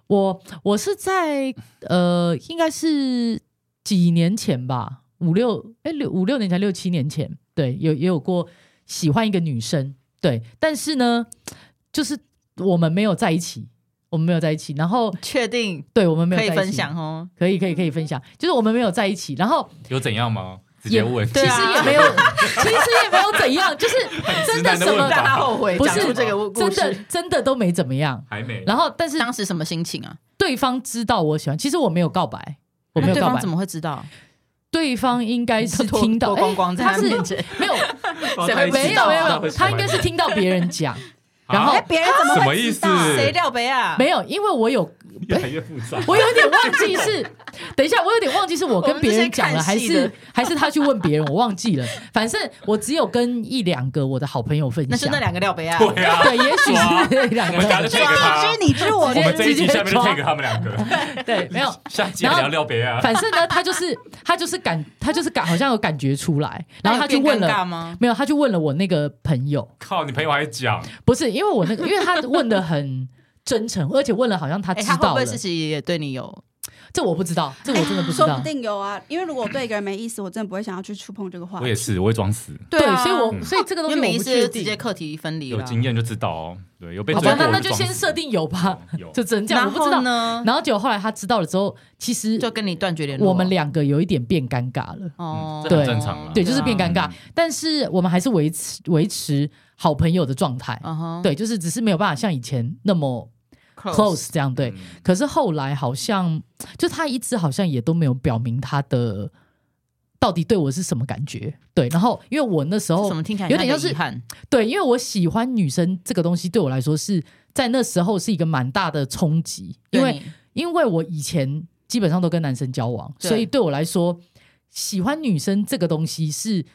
[SPEAKER 2] 我我是在呃，应该是几年前吧，五六哎六五六年前六七年前，对，有也有过喜欢一个女生，对，但是呢，就是我们没有在一起，我们没有在一起，然后
[SPEAKER 1] 确定
[SPEAKER 2] 对我们没有
[SPEAKER 1] 可
[SPEAKER 2] 在一
[SPEAKER 1] 以
[SPEAKER 2] 起
[SPEAKER 1] 分享，哦？
[SPEAKER 2] 可以可以可以分享，就是我们没有在一起，然后
[SPEAKER 4] 有怎样吗？直
[SPEAKER 2] 也啊
[SPEAKER 4] 接问。
[SPEAKER 1] 啊
[SPEAKER 2] 其实也没有，其实也没有怎样，就是
[SPEAKER 4] 直
[SPEAKER 2] 真
[SPEAKER 4] 男
[SPEAKER 2] 的什
[SPEAKER 4] 的问
[SPEAKER 2] 么
[SPEAKER 4] 法
[SPEAKER 1] 让他后悔
[SPEAKER 2] 不是
[SPEAKER 1] 讲出这个故
[SPEAKER 2] 真的
[SPEAKER 1] 事。
[SPEAKER 2] 真的都没怎么样，
[SPEAKER 4] 还没。
[SPEAKER 2] 然后但是
[SPEAKER 1] 当时什么心情啊？
[SPEAKER 2] 对方知道我喜欢，其实我没有告白，我
[SPEAKER 1] 那
[SPEAKER 2] 没有
[SPEAKER 1] 哎对
[SPEAKER 2] 告白
[SPEAKER 1] 方怎。么会知知道？
[SPEAKER 2] 对方应 该是听到，
[SPEAKER 1] 脱光光在
[SPEAKER 2] 哎他
[SPEAKER 1] 他
[SPEAKER 2] 是
[SPEAKER 1] 面前，
[SPEAKER 2] 没有
[SPEAKER 4] 哦
[SPEAKER 1] 谁会
[SPEAKER 2] 没
[SPEAKER 4] 啊
[SPEAKER 2] 有没有没有，他应该是听到别人讲， 然后
[SPEAKER 3] 哎，别人怎么
[SPEAKER 4] 什么
[SPEAKER 3] 会
[SPEAKER 4] 意
[SPEAKER 3] 知
[SPEAKER 4] 思
[SPEAKER 3] 道？？
[SPEAKER 1] 谁料杯啊？
[SPEAKER 2] 没有，因为我有
[SPEAKER 4] 越来越复杂。
[SPEAKER 2] 我有点忘记是， 等一下我有点忘记是我跟别人讲了，
[SPEAKER 1] 我们
[SPEAKER 2] 还
[SPEAKER 1] 这些看戏的
[SPEAKER 2] 是 还是他去问别人，我忘记了，反正我只有跟一两个我的好朋友分
[SPEAKER 1] 那就
[SPEAKER 2] 享
[SPEAKER 1] 那，两个料杯啊。
[SPEAKER 4] 对啊，
[SPEAKER 2] 对，也许是那两
[SPEAKER 4] 我们家
[SPEAKER 2] 个
[SPEAKER 4] 就
[SPEAKER 3] 你知
[SPEAKER 4] take 他。
[SPEAKER 3] 道，哎你知你知我
[SPEAKER 4] 我们这一集
[SPEAKER 2] 直接
[SPEAKER 4] 下面就
[SPEAKER 2] 抓
[SPEAKER 4] take 他们两个。
[SPEAKER 2] 对，没有。
[SPEAKER 4] 下集还聊聊别啊。
[SPEAKER 2] 反正呢，他就是他就是感他就是感好像有感觉出来，然后
[SPEAKER 1] 那
[SPEAKER 2] 他
[SPEAKER 1] 有
[SPEAKER 2] 就
[SPEAKER 1] 变
[SPEAKER 2] 问
[SPEAKER 1] 尴尬
[SPEAKER 2] 了，
[SPEAKER 1] 吗？
[SPEAKER 2] 没有，他就问了我那个朋友，
[SPEAKER 4] 靠，你朋友还讲，
[SPEAKER 2] 不是因为我那个，因为他问的很真诚，而且问了好像他
[SPEAKER 1] 哎，
[SPEAKER 2] 知
[SPEAKER 1] 他会不
[SPEAKER 2] 道了，
[SPEAKER 1] 会自己也对你有？
[SPEAKER 2] 这我不知道，这我真的不知
[SPEAKER 3] 哎说
[SPEAKER 2] 道
[SPEAKER 3] 不。
[SPEAKER 1] 哎
[SPEAKER 3] 定有啊，因为如果我对一个人没意思，我真的不会想要去触碰这个话
[SPEAKER 4] 我。也是，我会装死。
[SPEAKER 2] 对，所以我
[SPEAKER 4] 嗯
[SPEAKER 2] 所以这个
[SPEAKER 1] 啊因
[SPEAKER 2] 东
[SPEAKER 1] 为哦每
[SPEAKER 2] 西我
[SPEAKER 1] 一
[SPEAKER 2] 不
[SPEAKER 1] 次
[SPEAKER 2] 确
[SPEAKER 1] 就直接
[SPEAKER 2] 定。
[SPEAKER 1] 课题分离
[SPEAKER 4] 有
[SPEAKER 1] 了。
[SPEAKER 4] 经验就知道哦。对，有被
[SPEAKER 2] 好
[SPEAKER 4] 追过
[SPEAKER 2] 吧，
[SPEAKER 4] 我
[SPEAKER 2] 那
[SPEAKER 4] 就
[SPEAKER 2] 那就
[SPEAKER 4] 装
[SPEAKER 2] 先
[SPEAKER 4] 死
[SPEAKER 2] 设定有 吧，
[SPEAKER 4] 有
[SPEAKER 2] 就只能这样，
[SPEAKER 1] 然
[SPEAKER 2] 我不知道
[SPEAKER 1] 后。呢？
[SPEAKER 2] 然后结果后来他知道了之后，其实
[SPEAKER 1] 就跟你断绝联络。
[SPEAKER 2] 我们两个有一点变尴尬了，
[SPEAKER 1] 哦，
[SPEAKER 4] 嗯
[SPEAKER 2] 这很
[SPEAKER 4] 正常啊
[SPEAKER 2] 对，就是变尴尬
[SPEAKER 4] 嗯，
[SPEAKER 2] 但是我们还是维持维持好朋友的状态，
[SPEAKER 1] 嗯哼，
[SPEAKER 2] 对，就是只是没有办法像以前那么 close 这样，对。
[SPEAKER 4] 嗯
[SPEAKER 2] 可是后来好像，就他一直好像也都没有表明他的到底对我是什么感觉？对，然后因为我那时
[SPEAKER 1] 这
[SPEAKER 2] 候
[SPEAKER 1] 怎么听起来
[SPEAKER 2] 有点
[SPEAKER 1] 像
[SPEAKER 2] 像
[SPEAKER 1] 一个
[SPEAKER 2] 是
[SPEAKER 1] 遗憾？
[SPEAKER 2] 对，因为我喜欢女生这个东西，对我来说是在那时候是一个蛮大的冲击，因为
[SPEAKER 1] 对你
[SPEAKER 2] 因为我以前基本上都跟男生交往，
[SPEAKER 1] 对
[SPEAKER 2] 所以对我来说，喜欢女生这个东西是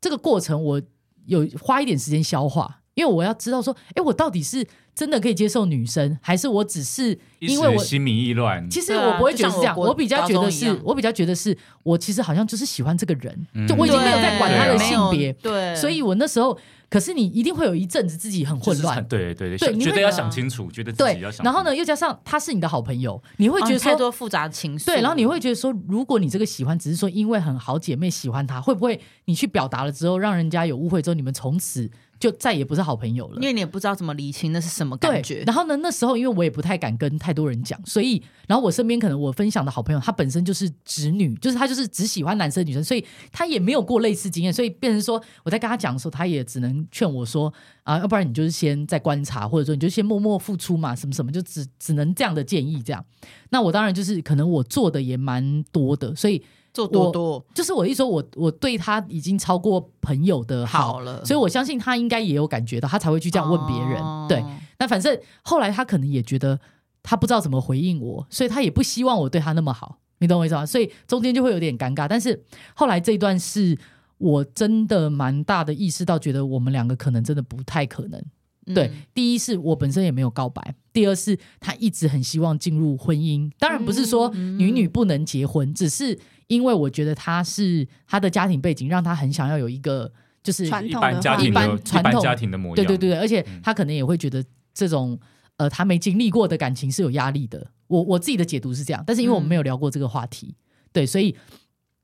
[SPEAKER 2] 这个过程，我有花一点时间消化，因为我要知道说，哎，我到底是真的可以接受女生，还是我只是因为
[SPEAKER 4] 一
[SPEAKER 2] 我
[SPEAKER 4] 时心迷意乱，
[SPEAKER 2] 其实
[SPEAKER 1] 对啊
[SPEAKER 2] 我不会觉得是这
[SPEAKER 1] 就
[SPEAKER 2] 样，
[SPEAKER 1] 像我
[SPEAKER 2] 我比较觉
[SPEAKER 1] 高中
[SPEAKER 2] 得
[SPEAKER 1] 一
[SPEAKER 2] 是
[SPEAKER 1] 样
[SPEAKER 2] 我比较觉得是我其实好像就是喜欢这个人，
[SPEAKER 4] 嗯
[SPEAKER 2] 就我已经没有在管他的
[SPEAKER 4] 对
[SPEAKER 2] 性别，
[SPEAKER 1] 对没有，对
[SPEAKER 2] 所以我那时候，可是你一定会有一阵子自己很
[SPEAKER 4] 就
[SPEAKER 2] 混
[SPEAKER 4] 是
[SPEAKER 2] 乱
[SPEAKER 4] 很，对对
[SPEAKER 2] 对
[SPEAKER 4] 想
[SPEAKER 2] 你
[SPEAKER 4] 觉
[SPEAKER 2] 会
[SPEAKER 4] 得要
[SPEAKER 1] 觉得
[SPEAKER 4] 想清楚，觉得自己
[SPEAKER 2] 对
[SPEAKER 4] 要想，
[SPEAKER 2] 然后呢，又加上他是你的好朋友，你会
[SPEAKER 1] 哦
[SPEAKER 2] 觉得
[SPEAKER 1] 太
[SPEAKER 2] 说。
[SPEAKER 1] 多复杂的情愫，
[SPEAKER 2] 对，然后你会觉得说，如果你这个喜欢只是说因为很好姐妹喜欢他，会不会你去表达了之后，让人家有误会之后，你们从此就再也不是好朋友了
[SPEAKER 1] 因？为你也不知道怎么理清那是什么
[SPEAKER 2] 对
[SPEAKER 1] 感觉，，
[SPEAKER 2] 然后呢，那时候因为我也不太敢跟太多人讲，所以，然后我身边可能我分享的好朋友，她本身就是直女，就是她就是只喜欢男生女生，所以她也没有过类似经验，所以变成说我在跟她讲的时候，她也只能劝我说啊，要不然你就是先再观察，或者说你就先默默付出嘛，什么什么，就只只能这样的建议这样。那我当然就是可能我做的也蛮多的，所以
[SPEAKER 1] 做多多
[SPEAKER 2] 就是我一说我我对她已经超过朋友的好，
[SPEAKER 1] 好了，
[SPEAKER 2] 所以我相信她应该也有感觉到，她才会去这样问别人，
[SPEAKER 1] 哦
[SPEAKER 2] 对。那反正后来他可能也觉得他不知道怎么回应我，所以他也不希望我对他那么好，你懂我意思吗？所以中间就会有点尴尬。但是后来这一段是我真的蛮大的意识到，觉得我们两个可能真的不太可能。
[SPEAKER 1] 嗯
[SPEAKER 2] 对，第一是我本身也没有告白，第二是他一直很希望进入婚姻。当然不是说女女不能结婚，只是因为我觉得他是他的家庭背景让他很想要有一个就是
[SPEAKER 3] 传
[SPEAKER 4] 一
[SPEAKER 3] 统
[SPEAKER 4] 般
[SPEAKER 3] 的
[SPEAKER 4] 家
[SPEAKER 3] 话
[SPEAKER 4] 庭
[SPEAKER 2] 一
[SPEAKER 4] 的
[SPEAKER 2] 般
[SPEAKER 4] 一
[SPEAKER 2] 传
[SPEAKER 4] 般
[SPEAKER 2] 统
[SPEAKER 4] 家庭的模样，
[SPEAKER 2] 对对对，对而且
[SPEAKER 4] 嗯
[SPEAKER 2] 他可能也会觉得这种呃他没经历过的感情是有压力的。我我自己的解读是这样，但是因为我们没有聊过这个话题，对，所以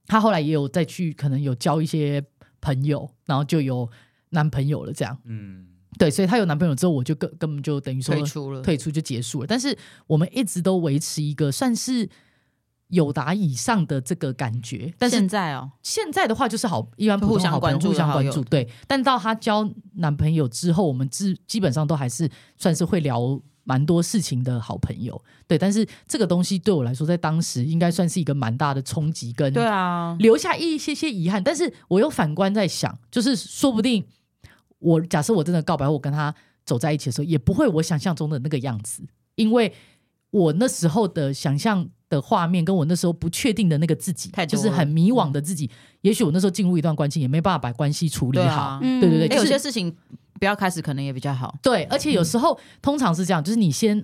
[SPEAKER 2] 他后来也有再去可能有交一些朋友，然后就有男朋友了，这样
[SPEAKER 4] 嗯，
[SPEAKER 2] 对，所以他有男朋友之后，我就根根本就等于说
[SPEAKER 1] 退出了，
[SPEAKER 2] 退出就结束了。但是我们一直都维持一个算是友达以上的这个感觉，但是
[SPEAKER 1] 现在哦，
[SPEAKER 2] 现在的话就是好，一般
[SPEAKER 1] 就
[SPEAKER 2] 普通
[SPEAKER 1] 互相
[SPEAKER 2] 好朋友
[SPEAKER 1] 关注
[SPEAKER 2] 互相关
[SPEAKER 1] 好
[SPEAKER 2] 注。
[SPEAKER 1] 友
[SPEAKER 2] 对，但到她交男朋友之后，我们基基本上都还是算是会聊蛮多事情的好朋友。对，但是这个东西对我来说，在当时应该算是一个蛮大的冲击，跟
[SPEAKER 1] 对啊，
[SPEAKER 2] 留下一些些遗憾。但是我又反观在想，就是说不定我假设我真的告白，我跟他走在一起的时候，也不会我想象中的那个样子，因为我那时候的想象的画面，跟我那时候不确定的那个自己
[SPEAKER 1] 太，多
[SPEAKER 2] 就
[SPEAKER 1] 了嗯
[SPEAKER 2] 是很迷惘的自己。也许我那时候进入一段关系，也没办法把关系处理
[SPEAKER 1] 对
[SPEAKER 2] 好。
[SPEAKER 1] 啊，
[SPEAKER 3] 嗯
[SPEAKER 2] 对对对
[SPEAKER 1] 哎，有
[SPEAKER 2] 就是
[SPEAKER 1] 些事情不要开始，可能也比较好。
[SPEAKER 2] 对，而且
[SPEAKER 1] 嗯
[SPEAKER 2] 有时候、通常是这样，就是你先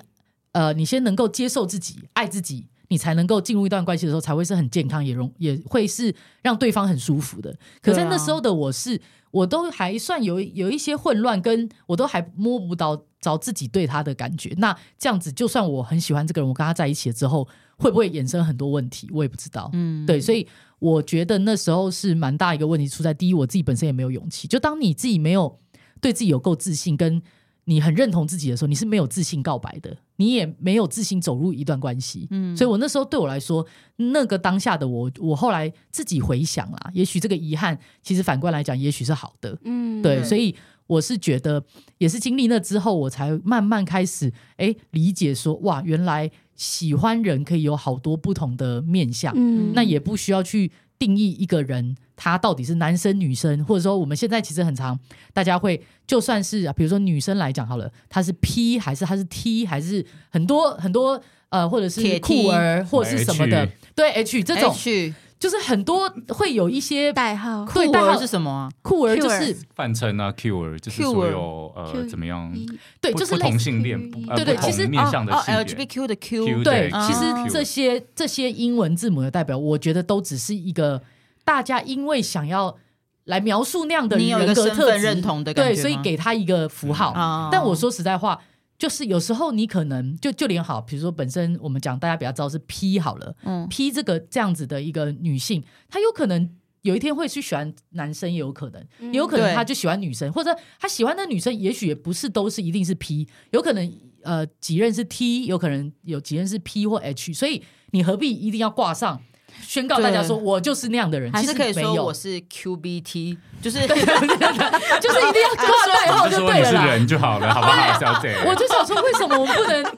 [SPEAKER 2] 呃，你先能够接受自己、爱自己，你才能够进入一段关系的时候，才会是很健康，也容也会是让对方很舒服的。可
[SPEAKER 1] 对
[SPEAKER 2] 是
[SPEAKER 1] 啊
[SPEAKER 2] 那时候的我是，我都还算有有一些混乱，跟我都还摸不到着自己对他的感觉。那这样子，就算我很喜欢这个人，我跟他在一起了之后，会不会衍生很多问题，我也不知道。
[SPEAKER 1] 嗯，
[SPEAKER 2] 对，所以我觉得那时候是蛮大一个问题出在，第一，我自己本身也没有勇气。就当你自己没有对自己有够自信，跟你很认同自己的时候，你是没有自信告白的，你也没有自信走入一段关系。
[SPEAKER 1] 嗯
[SPEAKER 2] 所以我那时候对我来说，那个当下的我，我后来自己回想啦，也许这个遗憾，其实反观来讲，也许是好的。
[SPEAKER 3] 嗯
[SPEAKER 2] 对，
[SPEAKER 1] 嗯
[SPEAKER 2] 所以我是觉得，也是经历那之后，我才慢慢开始哎理解说，哇，原来喜欢人可以有好多不同的面相。
[SPEAKER 3] 嗯
[SPEAKER 2] 那也不需要去定义一个人他到底是男生女生，或者说我们现在其实很常大家会就算是啊比如说女生来讲好了，她是 P 还是她是 T 还是很多很多呃或者
[SPEAKER 1] 铁
[SPEAKER 2] 是
[SPEAKER 1] T
[SPEAKER 2] 酷儿或者是什么的
[SPEAKER 4] H，
[SPEAKER 2] 对 H 这种
[SPEAKER 1] H
[SPEAKER 2] 就是很多会有一些
[SPEAKER 3] 代号
[SPEAKER 2] 酷
[SPEAKER 1] 对代
[SPEAKER 2] 儿
[SPEAKER 1] 号是什么啊？
[SPEAKER 2] 酷儿就
[SPEAKER 3] Q
[SPEAKER 2] 是
[SPEAKER 4] 泛称啊 Q 儿就是所
[SPEAKER 1] Q-er
[SPEAKER 4] 有呃
[SPEAKER 3] Q-
[SPEAKER 4] 怎么样，
[SPEAKER 2] 嗯对
[SPEAKER 4] 不
[SPEAKER 2] 就是
[SPEAKER 4] 不
[SPEAKER 2] 类
[SPEAKER 4] 同
[SPEAKER 2] 似
[SPEAKER 4] 性恋，不呃
[SPEAKER 2] 对对
[SPEAKER 4] 不
[SPEAKER 2] 其实
[SPEAKER 4] 同面向的
[SPEAKER 1] 哦哦
[SPEAKER 4] 性别，
[SPEAKER 1] LGBTQ 的
[SPEAKER 4] Q
[SPEAKER 1] 对
[SPEAKER 2] 对，
[SPEAKER 4] 对
[SPEAKER 2] 其实
[SPEAKER 1] 嗯
[SPEAKER 2] 这些这些英文字母的代表，我觉得都只是一个大家因为想要来描述那样的
[SPEAKER 1] 你有一个
[SPEAKER 2] 人格
[SPEAKER 1] 身
[SPEAKER 2] 特
[SPEAKER 1] 份
[SPEAKER 2] 质
[SPEAKER 1] 认同的感觉
[SPEAKER 2] 对，
[SPEAKER 1] 吗，
[SPEAKER 2] 所以给他一个符号。
[SPEAKER 1] 啊
[SPEAKER 2] 但我说实在话，就是有时候你可能就就连好，比如说本身我们讲大家比较知道是 P 好了、
[SPEAKER 1] 嗯
[SPEAKER 2] p 这个这样子的一个女性，她有可能。有一天会去喜欢男生，也有可能，也有可能
[SPEAKER 1] 对
[SPEAKER 2] 她就喜欢女生，或者她喜欢的女生，也许也不是都是一定是 P，有可能呃几任是 T，有可能有几任是 P 或 H，所以你何必一定要挂上宣告大家
[SPEAKER 1] 对
[SPEAKER 2] 说我就是那样的人？
[SPEAKER 1] 还
[SPEAKER 2] 其
[SPEAKER 1] 是
[SPEAKER 2] 实
[SPEAKER 1] 可以
[SPEAKER 2] 没
[SPEAKER 1] 说
[SPEAKER 2] 有
[SPEAKER 1] 我是 QBT，就是
[SPEAKER 2] 就是一定要挂代号
[SPEAKER 4] 你就说
[SPEAKER 2] 哦对
[SPEAKER 4] 你
[SPEAKER 2] 了
[SPEAKER 4] 是
[SPEAKER 2] 啦。
[SPEAKER 4] 人就好了，好不好，小姐？
[SPEAKER 2] 我就想说，为什么我们不能啊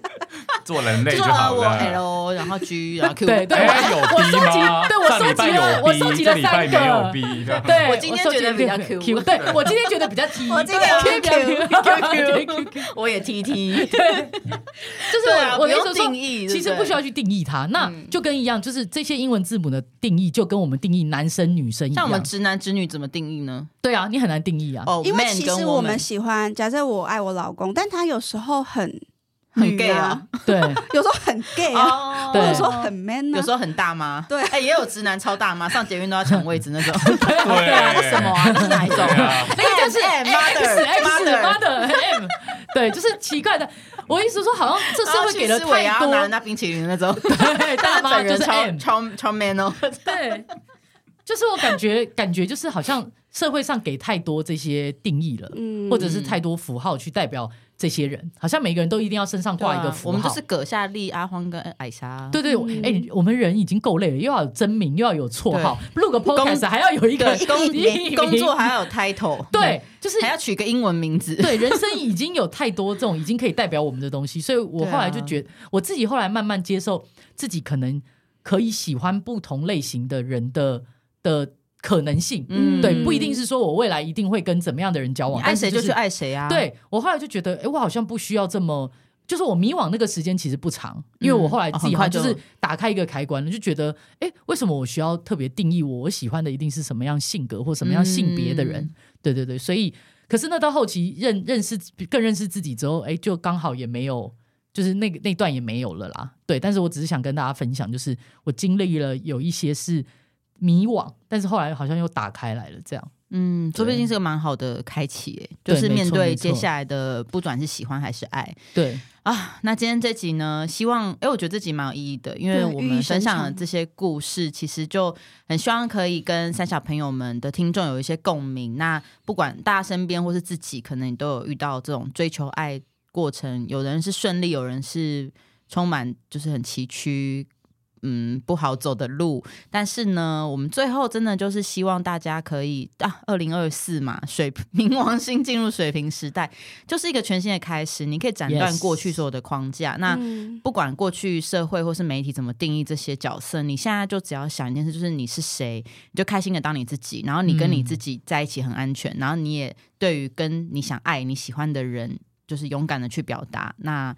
[SPEAKER 4] 做人类
[SPEAKER 1] 就
[SPEAKER 4] 就是
[SPEAKER 1] 呃
[SPEAKER 4] 好
[SPEAKER 1] 我
[SPEAKER 4] 了。
[SPEAKER 1] L，然后 G，然后 Q，
[SPEAKER 2] 对对
[SPEAKER 4] 哎，有
[SPEAKER 2] 我收
[SPEAKER 4] B
[SPEAKER 2] 集
[SPEAKER 4] 吗？
[SPEAKER 2] 对我
[SPEAKER 4] 上礼
[SPEAKER 2] 收集
[SPEAKER 4] 拜有
[SPEAKER 2] 了
[SPEAKER 4] B，
[SPEAKER 2] 我收集了
[SPEAKER 4] 这礼拜
[SPEAKER 2] 三
[SPEAKER 4] 没有
[SPEAKER 2] 个
[SPEAKER 4] B，
[SPEAKER 2] 对，
[SPEAKER 1] 我今天
[SPEAKER 2] 收集
[SPEAKER 1] 觉得
[SPEAKER 2] 了
[SPEAKER 1] 比较
[SPEAKER 2] 六个
[SPEAKER 1] Q
[SPEAKER 2] 对我今天觉得比较 T，
[SPEAKER 3] 我今天
[SPEAKER 2] 对
[SPEAKER 3] Q
[SPEAKER 2] Q Q Q，
[SPEAKER 1] 我也 T T，
[SPEAKER 2] 就是
[SPEAKER 1] 对啊，
[SPEAKER 2] 我我
[SPEAKER 1] 不
[SPEAKER 2] 的意
[SPEAKER 1] 用
[SPEAKER 2] 思说
[SPEAKER 1] 定。义，
[SPEAKER 2] 其实
[SPEAKER 1] 对
[SPEAKER 2] 不
[SPEAKER 1] 对
[SPEAKER 2] 需要去定义它，那
[SPEAKER 1] 嗯
[SPEAKER 2] 就跟一样，就是这些英文字母的定义就跟我们定义男生女生一
[SPEAKER 1] 像我们
[SPEAKER 2] 样。
[SPEAKER 1] 直男直女怎么定义呢？
[SPEAKER 2] 对啊，你很难定义啊。
[SPEAKER 1] 哦，
[SPEAKER 3] 因为
[SPEAKER 1] man
[SPEAKER 3] 其
[SPEAKER 1] 跟
[SPEAKER 3] 实我们喜欢，假设我爱我老公，但他有时候很
[SPEAKER 1] 很
[SPEAKER 3] 女
[SPEAKER 1] gay 啊，
[SPEAKER 2] 对，
[SPEAKER 3] 有时候很 gay 啊，
[SPEAKER 1] 哦，
[SPEAKER 3] 或
[SPEAKER 2] 对
[SPEAKER 3] 者说很 man 啊，
[SPEAKER 1] 有时候很大妈，
[SPEAKER 3] 对
[SPEAKER 1] 哎，也有直男超大妈，上捷运都要抢位置那 种，
[SPEAKER 4] 对
[SPEAKER 1] 什么啊？是哪一种
[SPEAKER 4] 对？
[SPEAKER 2] 哎
[SPEAKER 4] 啊
[SPEAKER 1] 那 个就是
[SPEAKER 2] X
[SPEAKER 1] 哎 mother
[SPEAKER 2] X
[SPEAKER 1] mother，
[SPEAKER 2] 哎 mother 哎 M，对，就是奇怪的。我意思说，好像这社会给
[SPEAKER 1] 啊
[SPEAKER 2] 了太多
[SPEAKER 1] 拿那冰淇淋那种，
[SPEAKER 2] 对大
[SPEAKER 1] 但
[SPEAKER 2] 妈
[SPEAKER 1] 本
[SPEAKER 2] 就
[SPEAKER 1] 人
[SPEAKER 2] 是
[SPEAKER 1] 超
[SPEAKER 2] M，
[SPEAKER 1] 超超 man 哦，
[SPEAKER 2] 对，就是我感觉感觉就是好像社会上给太多这些定义了，
[SPEAKER 3] 嗯
[SPEAKER 2] 或者是太多符号去代表这些人，好像每个人都一定要身上挂一个符
[SPEAKER 1] 啊我
[SPEAKER 2] 号。
[SPEAKER 1] 们就是葛夏丽、阿荒跟艾莎，
[SPEAKER 2] 对对，我哎、
[SPEAKER 3] 嗯
[SPEAKER 2] 我们人已经够累了，又要有真名，又要有绰号，录个 podcast 还要有一个
[SPEAKER 1] 对， 工 工作
[SPEAKER 2] 还
[SPEAKER 1] 还要有 title，
[SPEAKER 2] 对，，就是
[SPEAKER 1] 还要取个英文名字，
[SPEAKER 2] 对人生已经有太多这种已经可以代表我们的 东西，所以我
[SPEAKER 1] 对啊
[SPEAKER 2] 后来就觉得、我自己后来慢慢接受自己可能可以喜欢不同类型的人的的可能性。对，不一定是说我未来一定会跟怎么样的人交
[SPEAKER 1] 嗯你
[SPEAKER 2] 往，
[SPEAKER 1] 爱
[SPEAKER 2] 但是
[SPEAKER 1] 谁就是去爱谁啊，，
[SPEAKER 2] 对我后来就觉得，哎，我好像不需要这么，就是我迷惘那个时间其实不长，因为我后来
[SPEAKER 1] 哦
[SPEAKER 2] 自己
[SPEAKER 1] 很
[SPEAKER 2] 好
[SPEAKER 1] 快
[SPEAKER 2] 像就是
[SPEAKER 1] 就
[SPEAKER 2] 打开一个开关了，就觉得，哎，为什么我需要特别定义我我喜欢的一定是什么样性格或什么样性别的人？
[SPEAKER 1] 嗯
[SPEAKER 2] 对对对，所以，可是那到后期认认识更认识自己之后，哎，就刚好也没有。就是那个那段也没有了啦，对，但是我只是想跟大家分享，就是我经历了有一些是迷惘，但是后来好像又打开来了，这样。
[SPEAKER 1] 嗯，说不
[SPEAKER 2] 对
[SPEAKER 1] 定是个蛮好的开启耶，
[SPEAKER 2] 对
[SPEAKER 1] 就是
[SPEAKER 2] 没
[SPEAKER 1] 面
[SPEAKER 2] 错没
[SPEAKER 1] 对
[SPEAKER 2] 错
[SPEAKER 1] 接下来的，不管是喜欢还是爱
[SPEAKER 2] 对，
[SPEAKER 1] 啊。那今天这集呢，希望哎，我觉得这集蛮有意义的，因为
[SPEAKER 3] 对
[SPEAKER 1] 我
[SPEAKER 3] 寓意
[SPEAKER 1] 们
[SPEAKER 3] 深
[SPEAKER 1] 分享了
[SPEAKER 3] 长
[SPEAKER 1] 这些故事，其实就很希望可以跟三小朋友们的听众有一些共鸣。那不管大家身边或是自己，可能你都有遇到这种追求爱过程，有人是顺利，有人是充满就是很崎岖。嗯，不好走的路，但是呢，我们最后真的就是希望大家可以啊，二零二四嘛，水冥王星进入水平时代，就是一个全新的开始。你可以斩断
[SPEAKER 2] Yes
[SPEAKER 1] 过去所有的框架。那
[SPEAKER 3] 嗯
[SPEAKER 1] 不管过去社会或是媒体怎么定义这些角色，你现在就只要想一件事，就是你是谁，你就开心的当你自己，然后你跟你自己在一起很安全，然后你也对于跟你想爱、你喜欢的人，就是勇敢的去表达。那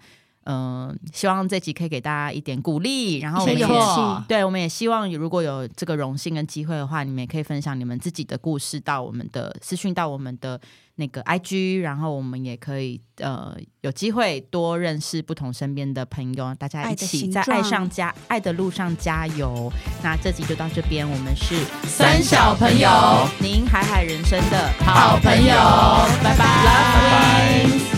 [SPEAKER 1] 嗯、呃希望这集可以给大家一点鼓励，然后我
[SPEAKER 3] 一
[SPEAKER 1] 们
[SPEAKER 3] 些
[SPEAKER 1] 也
[SPEAKER 3] 勇气
[SPEAKER 1] 对，我们也希望如果有这个荣幸跟机会的话，你们也可以分享你们自己的故事到我们的私讯到我们的那个 IG，然后我们也可以呃有机会多认识不同身边的朋友，大家
[SPEAKER 3] 爱
[SPEAKER 1] 一
[SPEAKER 3] 的
[SPEAKER 1] 起
[SPEAKER 3] 形
[SPEAKER 1] 在爱
[SPEAKER 3] 状
[SPEAKER 1] 上加爱的路上加油。那这集就到这边，我们是
[SPEAKER 2] 三小朋友
[SPEAKER 1] 您海海人生的
[SPEAKER 2] 好朋友拜拜
[SPEAKER 1] ，Love Friends。